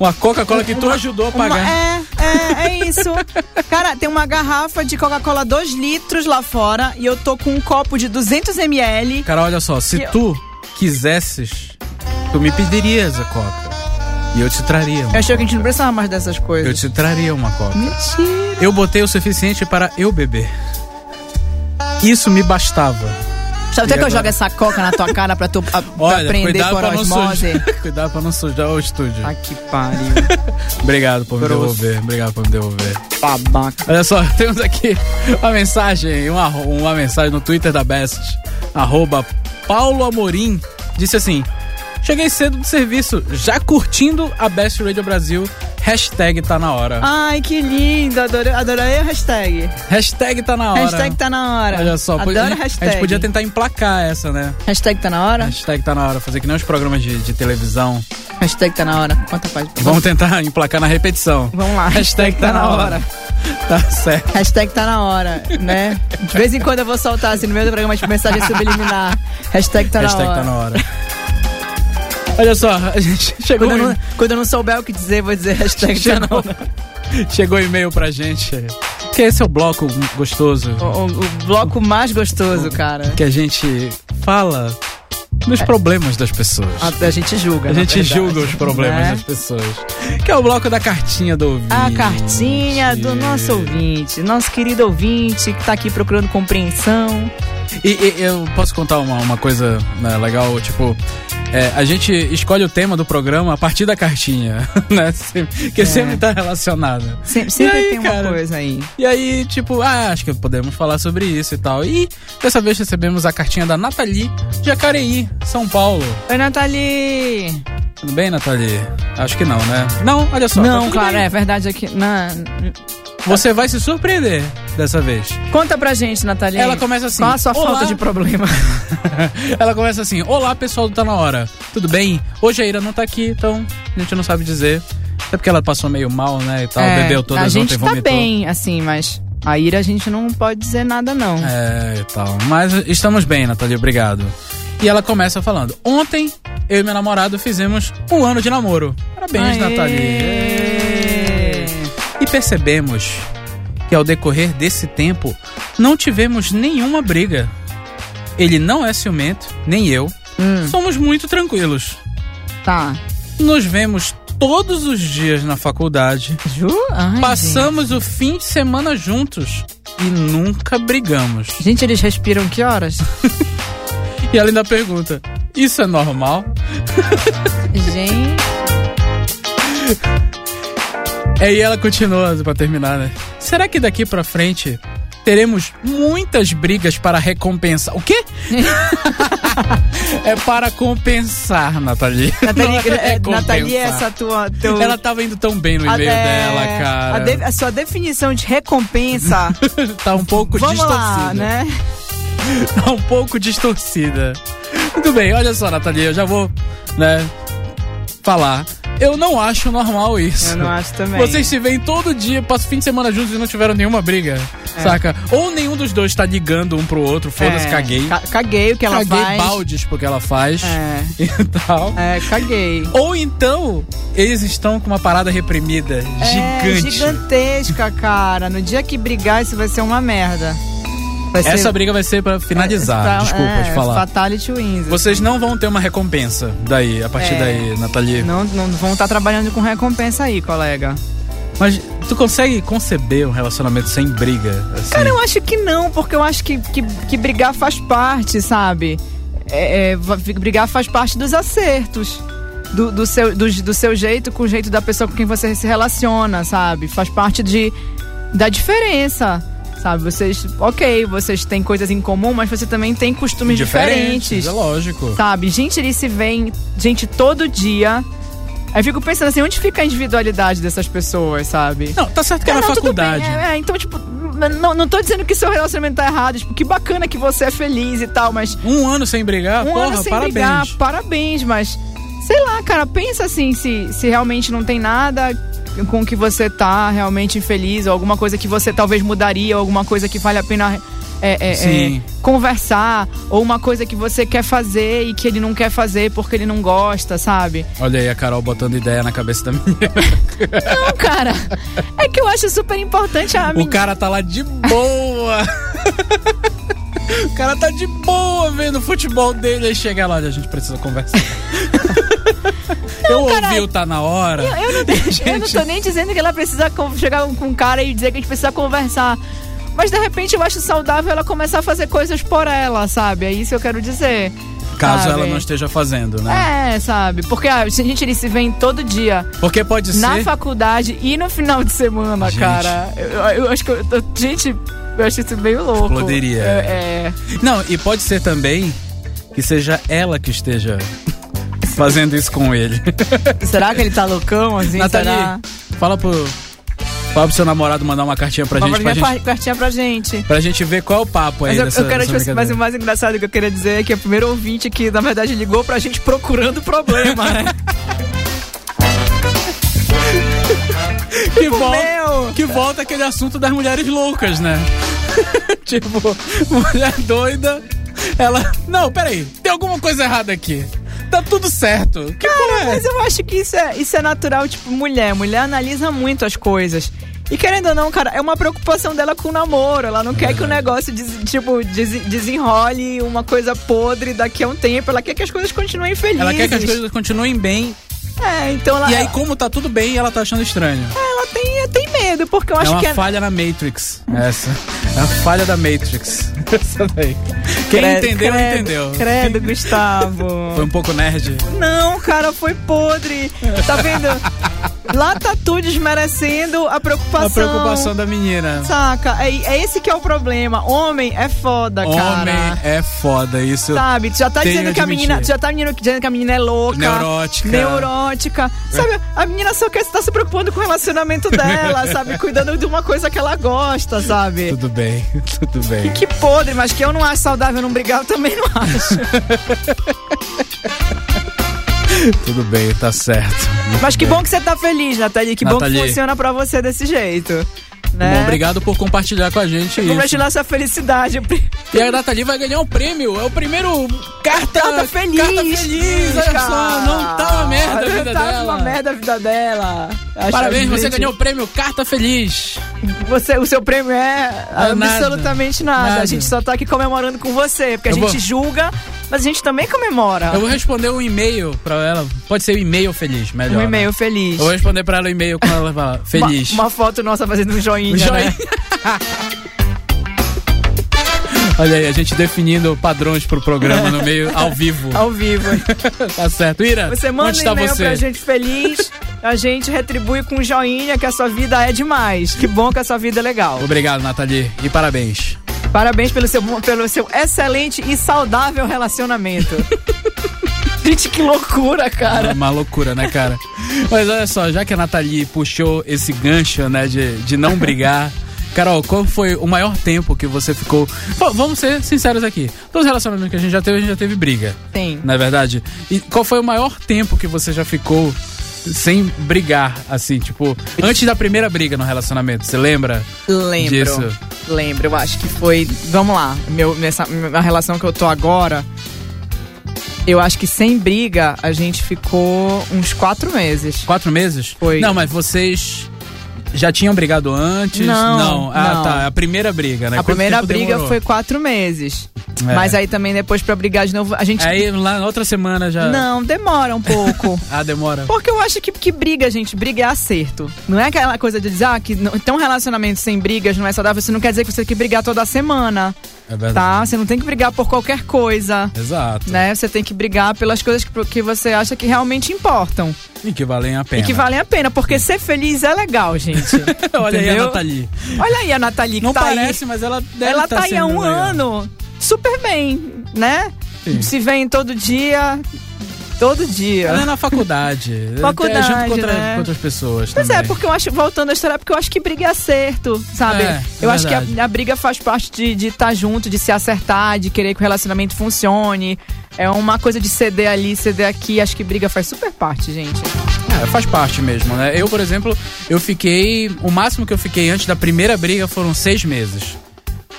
Speaker 1: Uma Coca-Cola que tu ajudou a
Speaker 3: Uma-
Speaker 1: pagar.
Speaker 3: é, é, é isso. Cara, tem uma garrafa de Coca-Cola 2 litros lá fora e eu tô com um copo de 200ml.
Speaker 1: Cara, olha só, se
Speaker 3: Eu-
Speaker 1: tu quisesses, tu me pedirias a coca. E eu te traria uma
Speaker 3: Eu achei que a gente não
Speaker 1: coca.
Speaker 3: precisava mais dessas
Speaker 1: Eu
Speaker 3: coisas.
Speaker 1: te traria uma coca.
Speaker 3: Mentira.
Speaker 1: Eu botei o suficiente para eu beber. Isso me bastava.
Speaker 3: Sabe até que eu
Speaker 1: agora?
Speaker 3: jogo essa coca na tua cara pra tu a, pra
Speaker 1: Olha,
Speaker 3: aprender
Speaker 1: cuidado
Speaker 3: por
Speaker 1: pra não
Speaker 3: osmose?
Speaker 1: sujar. cuidado pra não sujar o estúdio.
Speaker 3: Ah, que pariu.
Speaker 1: Obrigado por me
Speaker 3: Grosso.
Speaker 1: devolver. Obrigado por me devolver.
Speaker 3: Babaca.
Speaker 1: Olha só, temos aqui uma mensagem, uma, uma mensagem no Twitter da Best, arroba Paulo Amorim, disse assim: Cheguei cedo do serviço, já curtindo a Best Radio Brasil, hashtag tá na hora.
Speaker 3: Ai, que lindo. Adorei, adorei a hashtag.
Speaker 1: Hashtag tá na hora.
Speaker 3: Hashtag tá na hora.
Speaker 1: Olha só,
Speaker 3: Adoro
Speaker 1: a gente,
Speaker 3: hashtag.
Speaker 1: a gente podia tentar emplacar essa, né?
Speaker 3: Hashtag tá na hora?
Speaker 1: Hashtag tá na hora, fazer que nem os programas de, de televisão.
Speaker 3: Hashtag tá na hora. Quanta página?
Speaker 1: Vamos tentar emplacar na repetição.
Speaker 3: Vamos lá.
Speaker 1: Hashtag tá na hora. Tá certo.
Speaker 3: Hashtag tá na hora, né? De vez em quando eu vou soltar assim no meio do programa de mensagem subliminar. Hashtag tá
Speaker 1: Hashtag
Speaker 3: na hora.
Speaker 1: tá na hora. Olha só, a gente chegou,
Speaker 3: Quando eu, não,
Speaker 1: em-
Speaker 3: quando eu não souber o que dizer, vou dizer hashtag tá na
Speaker 1: Chegou.
Speaker 3: hora.
Speaker 1: chegou um e-mail pra gente. Que esse é o bloco gostoso
Speaker 3: O, o- o bloco mais gostoso, cara.
Speaker 1: que a gente fala dos problemas das pessoas.
Speaker 3: A, a gente julga.
Speaker 1: A
Speaker 3: na
Speaker 1: gente
Speaker 3: É. Ah, verdade,
Speaker 1: julga os problemas né?
Speaker 3: né?
Speaker 1: das pessoas. Que é o bloco da cartinha do ouvinte.
Speaker 3: A cartinha do nosso ouvinte, nosso querido ouvinte que tá aqui procurando compreensão.
Speaker 1: E, e- eu posso contar uma, uma coisa né, legal, tipo. é, a gente escolhe o tema do programa a partir da cartinha, né? Sempre-
Speaker 3: É.
Speaker 1: Que sempre tá relacionada.
Speaker 3: Sempre, sempre
Speaker 1: aí,
Speaker 3: tem uma
Speaker 1: cara?
Speaker 3: coisa aí.
Speaker 1: E aí, tipo, ah, acho que podemos falar sobre isso e tal. E dessa vez recebemos a cartinha da Nathalie de Jacareí, São Paulo.
Speaker 3: Oi, Nathalie!
Speaker 1: Tudo bem, Nathalie? Acho que não, né? Não, olha só. tá
Speaker 3: não,
Speaker 1: tudo
Speaker 3: claro,
Speaker 1: bem.
Speaker 3: é verdade aqui. Na...
Speaker 1: Você vai se surpreender dessa vez.
Speaker 3: Conta pra gente, Nathalie.
Speaker 1: Ela começa assim,
Speaker 3: Qual a sua
Speaker 1: "Olá."
Speaker 3: falta de problema?
Speaker 1: Ela começa assim: Olá, pessoal do Tá Na Hora. Tudo bem? Hoje a Ira não tá aqui, então a gente não sabe dizer. Até porque ela passou meio mal, né? E tal,
Speaker 3: É,
Speaker 1: bebeu todas
Speaker 3: A gente
Speaker 1: ontem,
Speaker 3: tá
Speaker 1: vomitou.
Speaker 3: bem, assim, mas a ira a gente não pode dizer nada, não.
Speaker 1: É, e tal. Mas estamos bem, Nathalie, obrigado. E ela começa falando: Ontem eu e meu namorado fizemos um ano de namoro. Parabéns,
Speaker 3: Aê!
Speaker 1: Nathalie. E percebemos que ao decorrer desse tempo não tivemos nenhuma briga. Ele não é ciumento, nem eu.
Speaker 3: Hum,
Speaker 1: Somos muito tranquilos.
Speaker 3: tá.
Speaker 1: Nos vemos todos os dias na faculdade.
Speaker 6: Ju? Ai,
Speaker 1: Passamos o fim de semana juntos e nunca brigamos.
Speaker 6: Gente. Gente, eles respiram que horas?
Speaker 1: E ela ainda pergunta: Isso é normal?
Speaker 6: Gente.
Speaker 1: Aí É, ela continua pra terminar, né? Será que daqui pra frente teremos muitas brigas para recompensar? O quê? é para compensar, Nathalie.
Speaker 3: Natalia,
Speaker 1: Não
Speaker 3: é, Natalia,
Speaker 1: compensar.
Speaker 3: essa tua. Teu,
Speaker 1: Ela tava indo tão bem no
Speaker 3: a-
Speaker 1: e-mail
Speaker 3: é,
Speaker 1: dela, cara.
Speaker 3: A, de- a sua definição de recompensa.
Speaker 1: Tá um pouco
Speaker 3: vamos
Speaker 1: distorcida.
Speaker 3: lá, né?
Speaker 1: Tá um pouco distorcida. Muito bem, olha só, Nathalie, eu já vou, né, falar. Eu não acho normal isso.
Speaker 3: Eu não acho também.
Speaker 1: Vocês se veem todo dia, passam o fim de semana juntos e não tiveram nenhuma briga, saca? Ou nenhum dos dois tá ligando um pro outro, foda-se,
Speaker 3: É,
Speaker 1: caguei.
Speaker 3: ca- caguei o que ela
Speaker 1: caguei
Speaker 3: faz.
Speaker 1: baldes porque ela faz
Speaker 3: É,
Speaker 1: e tal.
Speaker 3: é, caguei.
Speaker 1: Ou então, eles estão com uma parada reprimida
Speaker 3: É
Speaker 1: gigante.
Speaker 3: gigantesca, cara. No dia que brigar, isso vai ser uma merda. Vai
Speaker 1: Essa
Speaker 3: ser-
Speaker 1: briga vai ser pra finalizar,
Speaker 3: Tá-
Speaker 1: desculpa
Speaker 3: é,
Speaker 1: de falar.
Speaker 3: Fatality wins.
Speaker 1: Vocês não vão ter uma recompensa daí, a partir
Speaker 3: É.
Speaker 1: daí, Nathalie.
Speaker 3: Não, não vão estar trabalhando com recompensa aí, colega.
Speaker 1: Mas tu consegue conceber um relacionamento sem briga? assim?
Speaker 3: Cara, eu acho que não, porque eu acho que, que, que brigar faz parte, sabe? É, é, va- brigar faz parte dos acertos. Do, do, seu, do, do seu jeito com o jeito da pessoa com quem você se relaciona, sabe? Faz parte de, da diferença, sabe? Vocês, ok, vocês têm coisas em comum, mas você também tem costumes diferentes. Tá.
Speaker 1: É lógico.
Speaker 3: Sabe? Gente, eles se veem, gente, todo dia. Aí eu fico pensando assim, onde fica a individualidade dessas pessoas, sabe?
Speaker 1: Não, tá certo que era
Speaker 3: não, tudo
Speaker 1: faculdade.
Speaker 3: bem. É, é, então, tipo, n- não, não tô dizendo que seu relacionamento tá errado. Tipo, que bacana que você é feliz e tal, mas
Speaker 1: Um ano sem brigar,
Speaker 3: um
Speaker 1: porra,
Speaker 3: ano sem
Speaker 1: parabéns.
Speaker 3: brigar, parabéns, mas sei lá, cara, pensa assim, se, se realmente não tem nada com que você tá realmente infeliz, ou alguma coisa que você talvez mudaria, ou alguma coisa que vale a pena. é, é, é,
Speaker 1: Sim.
Speaker 3: conversar, ou uma coisa que você quer fazer e que ele não quer fazer porque ele não gosta, sabe?
Speaker 1: Olha aí a Carol botando ideia na cabeça da menina.
Speaker 3: Não, cara, é que eu acho super importante a
Speaker 1: O
Speaker 3: menina-
Speaker 1: cara tá lá de boa. o cara tá de boa vendo o futebol dele. Aí chega lá, olha, a gente precisa conversar. eu ouvi o Tá Na Hora.
Speaker 3: Eu não, eu não tô nem dizendo que ela precisa con- chegar com um cara e dizer que a gente precisa conversar. Mas de repente eu acho saudável ela começar a fazer coisas por ela, sabe? É isso que eu quero dizer.
Speaker 1: Caso
Speaker 3: sabe?
Speaker 1: ela não esteja fazendo, né?
Speaker 3: É, sabe? Porque a gente eles se vê todo dia
Speaker 1: Porque pode
Speaker 3: É. na
Speaker 1: ser...
Speaker 3: faculdade e no final de semana,
Speaker 1: Gente.
Speaker 3: cara. Eu, eu acho que. Eu, eu- gente, eu acho isso meio louco.
Speaker 1: Exploderia.
Speaker 3: É. é.
Speaker 1: Não, e pode ser também que seja ela que esteja fazendo isso com ele.
Speaker 6: Será que ele tá loucão assim? será?
Speaker 1: Nathalie, fala pro, fala pro seu namorado mandar uma cartinha pra gente, pra
Speaker 3: Uma
Speaker 1: gente,
Speaker 3: cartinha pra gente.
Speaker 1: pra gente ver qual é o papo aí
Speaker 3: Mas eu,
Speaker 1: dessa,
Speaker 3: eu quero,
Speaker 1: dessa
Speaker 3: tipo assim, mas o
Speaker 1: brincadeira.
Speaker 3: mais engraçado que eu queria dizer é que é o primeiro ouvinte que, na verdade, ligou pra gente procurando problema,
Speaker 1: É
Speaker 3: né?
Speaker 1: que, volta,
Speaker 3: tipo, meu!
Speaker 1: que volta aquele assunto das mulheres loucas, né? tipo, mulher doida, ela... Não, peraí, tem alguma coisa errada aqui. Tá tudo certo. Que porra é
Speaker 3: Mas eu acho que isso é, isso é natural, tipo, mulher. Mulher analisa muito as coisas. E querendo ou não, cara, é uma preocupação dela com o namoro. Ela não quer que o
Speaker 1: É.
Speaker 3: negócio, des- tipo, des- desenrole uma coisa podre daqui a um tempo. Ela quer que as coisas continuem felizes.
Speaker 1: Ela quer que as coisas continuem bem.
Speaker 3: É, então ela,
Speaker 1: E aí, como tá tudo bem, ela tá achando estranho.
Speaker 3: ela tem, tem medo, porque eu
Speaker 1: é
Speaker 3: acho
Speaker 1: uma
Speaker 3: que é...
Speaker 1: falha na Matrix. Essa. É a falha da Matrix. Essa daí. Quem
Speaker 3: Credo,
Speaker 1: entendeu,
Speaker 3: credo,
Speaker 1: entendeu.
Speaker 3: Credo, Gustavo.
Speaker 1: Foi um pouco nerd.
Speaker 3: Não, cara, foi podre. Tá vendo? Lá tá tu desmerecendo a preocupação.
Speaker 1: A preocupação da menina.
Speaker 3: Saca? É, é esse que é o problema. Homem é foda,
Speaker 1: Homem
Speaker 3: cara.
Speaker 1: é foda, isso.
Speaker 3: Sabe? Tu já tá
Speaker 1: Tenho
Speaker 3: dizendo
Speaker 1: de
Speaker 3: que a menina.
Speaker 1: mentir.
Speaker 3: tu já tá menino- dizendo que a menina é louca.
Speaker 1: Neurótica.
Speaker 3: Neurótica. Sabe? A menina só quer estar se preocupando com o relacionamento dela, sabe? Cuidando de uma coisa que ela gosta, sabe?
Speaker 1: Tudo bem, tudo bem.
Speaker 3: Que podre, mas que eu não acho saudável não brigar, eu também não acho.
Speaker 1: Tudo bem, tá certo. Muito
Speaker 3: Mas que
Speaker 1: bem.
Speaker 3: bom que você tá feliz, Nathalie. Que bom
Speaker 1: Nathalie.
Speaker 3: que funciona pra você desse jeito. Né?
Speaker 1: Bom, obrigado por compartilhar com a gente isso.
Speaker 3: Compartilhar sua felicidade.
Speaker 1: E a Nathalie vai ganhar um prêmio. É o primeiro carta,
Speaker 3: Carta feliz.
Speaker 1: Carta feliz, olha só.
Speaker 3: cara.
Speaker 1: Não tá uma merda a
Speaker 3: Não
Speaker 1: vida
Speaker 3: tá
Speaker 1: dela.
Speaker 3: uma merda a vida dela. Acho
Speaker 1: Parabéns,
Speaker 3: que,
Speaker 1: você
Speaker 3: gente,
Speaker 1: ganhou o prêmio Carta Feliz.
Speaker 3: Você, o seu prêmio é
Speaker 1: nada.
Speaker 3: absolutamente nada.
Speaker 1: Nada.
Speaker 3: A gente só tá aqui comemorando com você, porque a
Speaker 1: Eu
Speaker 3: gente
Speaker 1: vou-
Speaker 3: julga mas a gente também comemora.
Speaker 1: Eu vou responder um e-mail pra ela. Pode ser um e-mail feliz, melhor.
Speaker 3: Um e-mail
Speaker 1: né?
Speaker 3: feliz.
Speaker 1: Eu vou responder pra ela o e-mail quando ela falar feliz.
Speaker 3: Uma, uma foto nossa fazendo um joinha.
Speaker 1: Um joinha.
Speaker 3: né?
Speaker 1: Olha aí, a gente definindo padrões pro programa no meio, ao vivo.
Speaker 3: Ao vivo.
Speaker 1: Tá certo. Ira,
Speaker 3: Você manda
Speaker 1: onde
Speaker 3: um
Speaker 1: está
Speaker 3: e-mail
Speaker 1: você?
Speaker 3: pra gente feliz, a gente retribui com um joinha que a sua vida é demais. Que bom que a sua vida é legal.
Speaker 1: Obrigado, Nathalie. E parabéns.
Speaker 3: Parabéns pelo seu, pelo seu excelente e saudável relacionamento. gente, que loucura, cara.
Speaker 1: É uma loucura, né, cara? Mas olha só, já que a Nathalie puxou esse gancho, né, de, de não brigar. Carol, qual foi o maior tempo que você ficou. Pô, vamos ser sinceros aqui. Todos os relacionamentos que a gente já teve, a gente já teve briga.
Speaker 6: Tem.
Speaker 1: Na verdade. E qual foi o maior tempo que você já ficou sem brigar, assim, tipo, antes da primeira briga no relacionamento? Você lembra?
Speaker 6: Lembro.
Speaker 1: Disso.
Speaker 6: Lembro, eu acho que foi. Vamos lá, meu, nessa, a relação que eu tô agora. Eu acho que sem briga a gente ficou uns quatro meses.
Speaker 1: Quatro meses?
Speaker 6: Foi.
Speaker 1: Não, mas vocês. Já tinham brigado antes?
Speaker 6: Não,
Speaker 1: Ah,
Speaker 6: não.
Speaker 1: tá. A primeira briga, né?
Speaker 6: A
Speaker 1: Quanto
Speaker 6: primeira
Speaker 1: tempo
Speaker 6: briga
Speaker 1: demorou?
Speaker 6: foi quatro meses.
Speaker 1: É.
Speaker 6: Mas aí também depois pra brigar de novo, a gente.
Speaker 1: Aí lá na outra semana já.
Speaker 6: Não, demora um pouco.
Speaker 1: Ah, demora.
Speaker 6: Porque eu acho que, que briga, gente, briga é acerto. Não é aquela coisa de dizer, ah, que não, ter um relacionamento sem brigas não é saudável. Isso não quer dizer que você tem que brigar toda semana,
Speaker 1: É verdade.
Speaker 6: tá? Você não tem que brigar por qualquer coisa,
Speaker 1: Exato.
Speaker 6: né? Você tem que brigar pelas coisas que, que você acha que realmente importam.
Speaker 1: E que valem a pena.
Speaker 6: E que valem a pena, porque ser feliz é legal, gente.
Speaker 1: Uhum. Olha aí a
Speaker 6: Entendeu?
Speaker 1: Nathalie.
Speaker 6: Olha aí a Nathalie que
Speaker 1: Não
Speaker 6: tá
Speaker 1: parece, mas ela
Speaker 6: aí.
Speaker 1: deve
Speaker 6: Ela
Speaker 1: tá
Speaker 6: tá aí há
Speaker 1: sendo
Speaker 6: um
Speaker 1: legal.
Speaker 6: ano, super bem, né?
Speaker 1: Sim.
Speaker 6: Se vem todo dia, todo dia.
Speaker 1: Ela é na faculdade.
Speaker 6: Faculdade,
Speaker 1: É junto com, outra-
Speaker 6: né?
Speaker 1: com outras pessoas.
Speaker 6: Pois é,
Speaker 1: também.
Speaker 6: porque eu acho, voltando à história, porque eu acho que briga é acerto, sabe?
Speaker 1: É,
Speaker 6: eu
Speaker 1: é
Speaker 6: acho que
Speaker 1: verdade.
Speaker 6: a, a briga faz parte de estar junto, de se acertar, de querer que o relacionamento funcione. É uma coisa de ceder ali, ceder aqui. Acho que briga faz super parte, gente.
Speaker 1: É, faz parte mesmo, né? Eu, por exemplo, eu fiquei. O máximo que eu fiquei antes da primeira briga foram seis meses.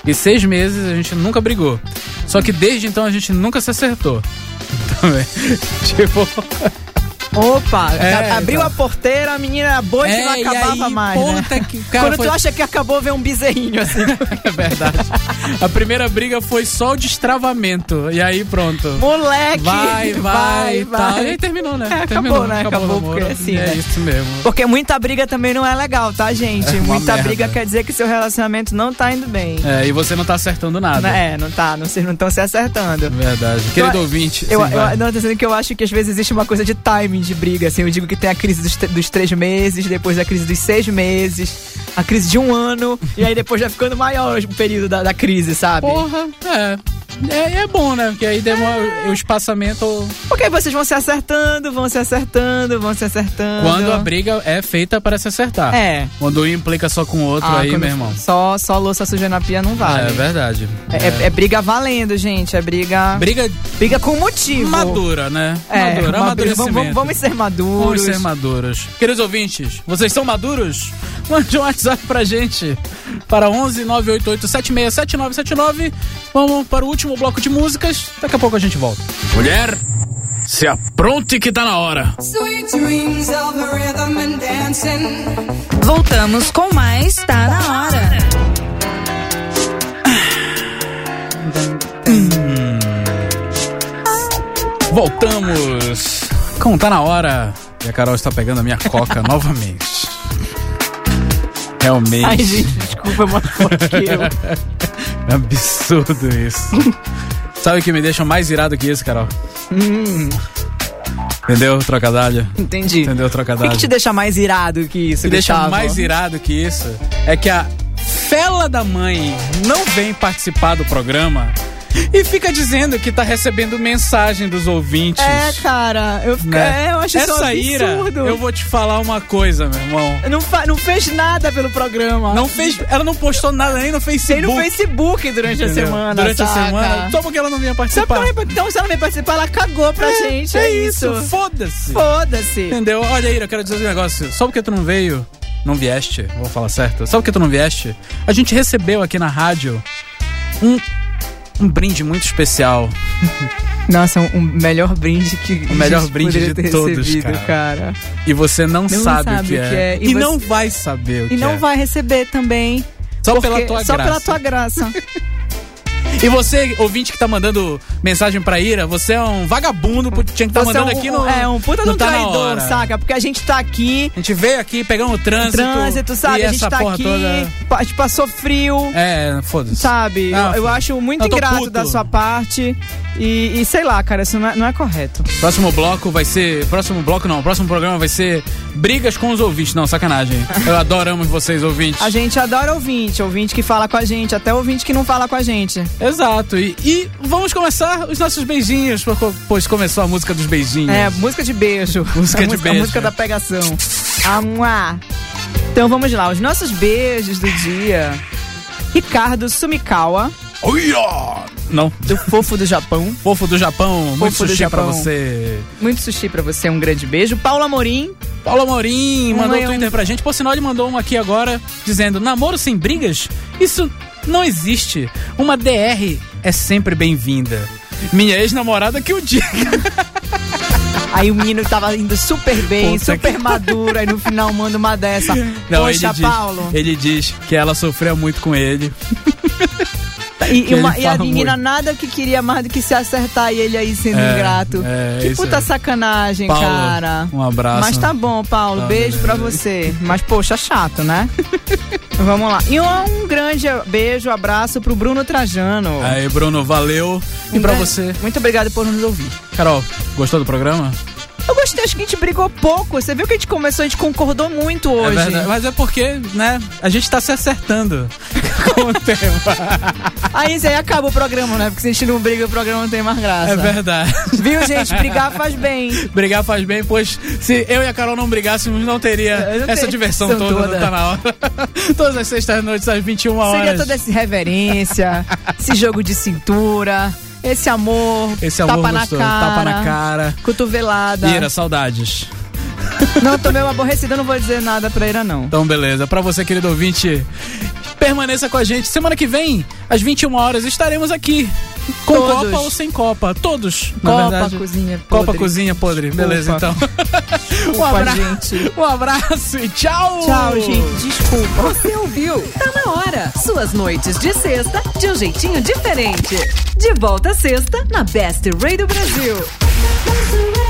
Speaker 1: E seis meses a gente nunca brigou. Só que desde então a gente nunca se acertou. Também. tipo.
Speaker 3: Opa,
Speaker 1: É,
Speaker 3: a- abriu
Speaker 1: então.
Speaker 3: a porteira, a menina era
Speaker 6: é
Speaker 3: boa e não
Speaker 1: É, e
Speaker 3: acabava
Speaker 1: aí,
Speaker 3: mais. né?
Speaker 1: puta que- cara,
Speaker 3: Quando
Speaker 1: foi-
Speaker 3: tu acha que acabou, vem um bezerrinho assim.
Speaker 1: É verdade. A primeira briga foi só o destravamento. E aí pronto.
Speaker 3: Moleque!
Speaker 1: Vai, vai,
Speaker 3: vai.
Speaker 1: tá. E aí terminou, né?
Speaker 6: É,
Speaker 3: acabou,
Speaker 1: terminou,
Speaker 3: né?
Speaker 1: o
Speaker 3: Acabou,
Speaker 1: namoro.
Speaker 3: porque é assim,
Speaker 1: E É
Speaker 3: né?
Speaker 1: isso mesmo.
Speaker 3: Porque muita briga também não é legal, tá, gente?
Speaker 1: É uma
Speaker 3: muita
Speaker 1: merda.
Speaker 3: briga quer dizer que seu relacionamento não tá indo bem.
Speaker 1: É, e você não tá acertando nada.
Speaker 3: É, não tá, não- vocês não estão se acertando.
Speaker 1: Verdade. Querido ouvinte,
Speaker 3: Eu,
Speaker 1: sim, vai.
Speaker 3: eu, não, tô dizendo que eu acho que às vezes existe uma coisa de timing de briga, assim. Eu digo que tem a crise dos, te- dos três meses, depois a crise dos seis meses, a crise de um ano, e aí depois já ficando maior o período da, da crise, sabe?
Speaker 1: Porra, é. é. é bom, né? Porque aí demora
Speaker 3: É.
Speaker 1: o espaçamento.
Speaker 3: Porque aí vocês vão se acertando, vão se acertando, vão se acertando.
Speaker 1: Quando a briga é feita para se acertar.
Speaker 3: É.
Speaker 1: Quando um implica só com o outro,
Speaker 6: Ah,
Speaker 1: aí,
Speaker 6: quando
Speaker 1: meu irmão.
Speaker 6: Só, só louça suja na pia não
Speaker 1: É
Speaker 6: vale.
Speaker 1: verdade.
Speaker 6: É, é- é briga valendo, gente. É briga.
Speaker 1: Briga
Speaker 6: Briga com motivo.
Speaker 1: madura, né?
Speaker 6: É,
Speaker 1: madura,
Speaker 6: uma briga.
Speaker 1: amadurecimento.
Speaker 6: Vamos, vamos, vamos ser
Speaker 1: Vamos
Speaker 6: maduros.
Speaker 1: ser maduros. Queridos ouvintes, vocês são maduros? Mande um WhatsApp pra gente. Para 11 988 767979. Vamos para o último bloco de músicas. Daqui a pouco a gente volta. Mulher, se apronte que tá na hora.
Speaker 5: Voltamos com mais Tá na Hora.
Speaker 1: Voltamos. Como tá na hora. E a Carol está pegando a minha coca novamente. Realmente.
Speaker 3: Ai, gente, desculpa, mano, porque eu...
Speaker 1: É absurdo isso. Sabe o que me deixa mais irado que isso, Carol?
Speaker 3: Hum.
Speaker 1: Entendeu, trocadalho?
Speaker 3: Entendi.
Speaker 1: Entendeu,
Speaker 3: O que,
Speaker 1: trocadalho?
Speaker 3: que te deixa mais irado que isso,
Speaker 1: O que deixa
Speaker 3: Gustavo?
Speaker 1: mais irado que isso é que a fela da mãe não vem participar do programa e fica dizendo que tá recebendo mensagem dos ouvintes.
Speaker 3: É, cara, eu, fico-
Speaker 1: né?
Speaker 3: é, eu acho isso um
Speaker 1: Essa ira,
Speaker 3: absurdo.
Speaker 1: eu vou te falar uma coisa, meu irmão.
Speaker 3: Não, fa- não fez nada pelo programa.
Speaker 1: Não fez, ela não postou nada nem no Facebook.
Speaker 3: Tem no Facebook durante
Speaker 1: entendeu?
Speaker 3: a semana.
Speaker 1: Durante
Speaker 3: saca?
Speaker 1: a semana, só porque ela não vinha
Speaker 3: Só porque
Speaker 1: participar.
Speaker 3: ela não- Então, se ela não veio participar, ela cagou pra gente. É, isso.
Speaker 1: Foda-se.
Speaker 3: Foda-se.
Speaker 1: Entendeu? Olha, Ira, eu quero dizer um negócio. Só porque tu não veio, não vieste, vou falar certo. Só porque tu não vieste, a gente recebeu aqui na rádio um, um brinde muito especial.
Speaker 6: Nossa, um, um melhor brinde que.
Speaker 1: O melhor
Speaker 6: a gente
Speaker 1: brinde
Speaker 6: poderia
Speaker 1: de
Speaker 6: ter
Speaker 1: todos,
Speaker 6: recebido,
Speaker 1: cara.
Speaker 6: cara.
Speaker 1: E você não, sabe, o
Speaker 6: sabe
Speaker 1: que é. E,
Speaker 6: E você-
Speaker 1: não vai saber o
Speaker 6: E
Speaker 1: que
Speaker 6: não
Speaker 1: é.
Speaker 6: vai receber também.
Speaker 1: Só
Speaker 6: porque-
Speaker 1: pela tua
Speaker 6: só
Speaker 1: graça.
Speaker 6: pela tua graça.
Speaker 1: E você, ouvinte que tá mandando mensagem pra Ira, você é um vagabundo, porque tinha que tá
Speaker 3: Você
Speaker 1: mandando
Speaker 3: é um,
Speaker 1: aqui no.
Speaker 3: É, um puta de
Speaker 1: no
Speaker 3: um
Speaker 1: Tá Na
Speaker 3: traidor,
Speaker 1: Hora.
Speaker 3: saca? Porque a gente tá aqui,
Speaker 1: A gente veio aqui, pegamos o trânsito.
Speaker 3: trânsito, sabe?
Speaker 1: E
Speaker 3: A gente
Speaker 1: essa
Speaker 3: tá
Speaker 1: porra
Speaker 3: aqui,
Speaker 1: toda.
Speaker 3: pa- a gente passou frio,
Speaker 1: É, foda-se.
Speaker 3: sabe?
Speaker 1: Ah,
Speaker 3: eu, eu acho muito
Speaker 1: eu tô
Speaker 3: ingrato
Speaker 1: puto.
Speaker 3: da sua parte. E, e sei lá, cara, isso não é, não é correto.
Speaker 1: Próximo bloco vai ser. Próximo bloco não, próximo programa vai ser Brigas com os ouvintes. Não, sacanagem. Eu adoramos vocês, ouvintes.
Speaker 3: A gente adora ouvinte, ouvinte que fala com a gente, até ouvinte que não fala com a gente.
Speaker 1: Exato. E, e vamos começar os nossos beijinhos, porque- pois começou a música dos beijinhos.
Speaker 3: É, música de beijo. É
Speaker 1: Música
Speaker 3: a
Speaker 1: de
Speaker 3: música,
Speaker 1: beijo. é.
Speaker 3: A música da pegação. Amuá. Então vamos lá, os nossos beijos do dia. Ricardo Sumikawa,
Speaker 1: Uia! Não.
Speaker 3: do Fofo do Japão.
Speaker 1: Fofo do Japão, muito
Speaker 3: Fofo do
Speaker 1: sushi pra
Speaker 3: Japão.
Speaker 1: você.
Speaker 3: Muito sushi pra você, um grande beijo. Paula Morim,
Speaker 1: Paulo Amorim mandou
Speaker 3: eu-
Speaker 1: um Twitter pra gente. Por sinal, ele mandou um aqui agora dizendo: namoro sem brigas? Isso não existe. Uma DR é sempre bem-vinda. Minha ex-namorada que o diga.
Speaker 3: aí o menino tava indo super bem,
Speaker 1: Puta
Speaker 3: super maduro, aí no final manda uma dessa. Poxa, Paulo.
Speaker 1: ele diz que ela sofreu muito com ele.
Speaker 3: E,
Speaker 1: que
Speaker 3: e uma-
Speaker 1: ele
Speaker 3: e a
Speaker 1: fala
Speaker 3: menina nada que queria mais do que se acertar e ele aí sendo
Speaker 1: É,
Speaker 3: ingrato.
Speaker 1: é,
Speaker 3: que
Speaker 1: isso
Speaker 3: puta
Speaker 1: aí.
Speaker 3: sacanagem,
Speaker 1: Paulo,
Speaker 3: cara.
Speaker 1: um abraço.
Speaker 3: Mas tá bom, Paulo.
Speaker 1: Tá,
Speaker 3: beijo pra você. Mas, poxa, chato, né? Vamos lá. E um, um grande beijo, abraço pro Bruno Trajano.
Speaker 1: Aí, Bruno, valeu. E
Speaker 3: Um
Speaker 1: pra
Speaker 3: grande-
Speaker 1: você,
Speaker 3: Muito obrigado por nos ouvir.
Speaker 1: Carol, gostou do programa?
Speaker 3: Eu gostei, acho que a gente brigou pouco. Você viu que a gente começou, a gente concordou muito
Speaker 1: É
Speaker 3: hoje.
Speaker 1: verdade, mas é porque, né, a gente tá se acertando com o tema.
Speaker 3: aí, Zé, acaba o programa, né? Porque se a gente não briga, o programa não tem mais graça.
Speaker 1: É verdade.
Speaker 3: Viu, gente? Brigar faz bem.
Speaker 1: Brigar faz bem, pois se eu e a Carol não brigássemos, não teria
Speaker 3: É, Eu não
Speaker 1: essa
Speaker 3: teria
Speaker 1: diversão
Speaker 3: diversão
Speaker 1: toda,
Speaker 3: toda.
Speaker 1: Tá na hora. Todas as sextas-noites, às 21 horas.
Speaker 3: Seria toda essa reverência, esse jogo de cintura, esse amor,
Speaker 1: Esse amor
Speaker 3: tapa,
Speaker 1: gostoso,
Speaker 3: na cara,
Speaker 1: tapa na cara.
Speaker 3: cotovelada.
Speaker 1: Ira, saudades.
Speaker 3: Não, tô meio aborrecida, não vou dizer nada pra Ira, não.
Speaker 1: Então, beleza. Pra você, querido ouvinte, permaneça com a gente. Semana que vem, às 21 horas, estaremos aqui. Com
Speaker 3: Todos.
Speaker 1: copa ou sem copa? Todos, na
Speaker 3: Copa,
Speaker 1: verdade.
Speaker 3: cozinha,
Speaker 1: Copa,
Speaker 3: podre.
Speaker 1: cozinha, podre.
Speaker 3: Desculpa.
Speaker 1: Beleza, então. um,
Speaker 3: Desculpa,
Speaker 1: abraço,
Speaker 3: gente.
Speaker 1: um abraço e tchau!
Speaker 3: Tchau, gente, desculpa.
Speaker 2: Você ouviu? Tá na hora. Suas noites de sexta de um jeitinho diferente. De volta sexta na Best Radio Brasil.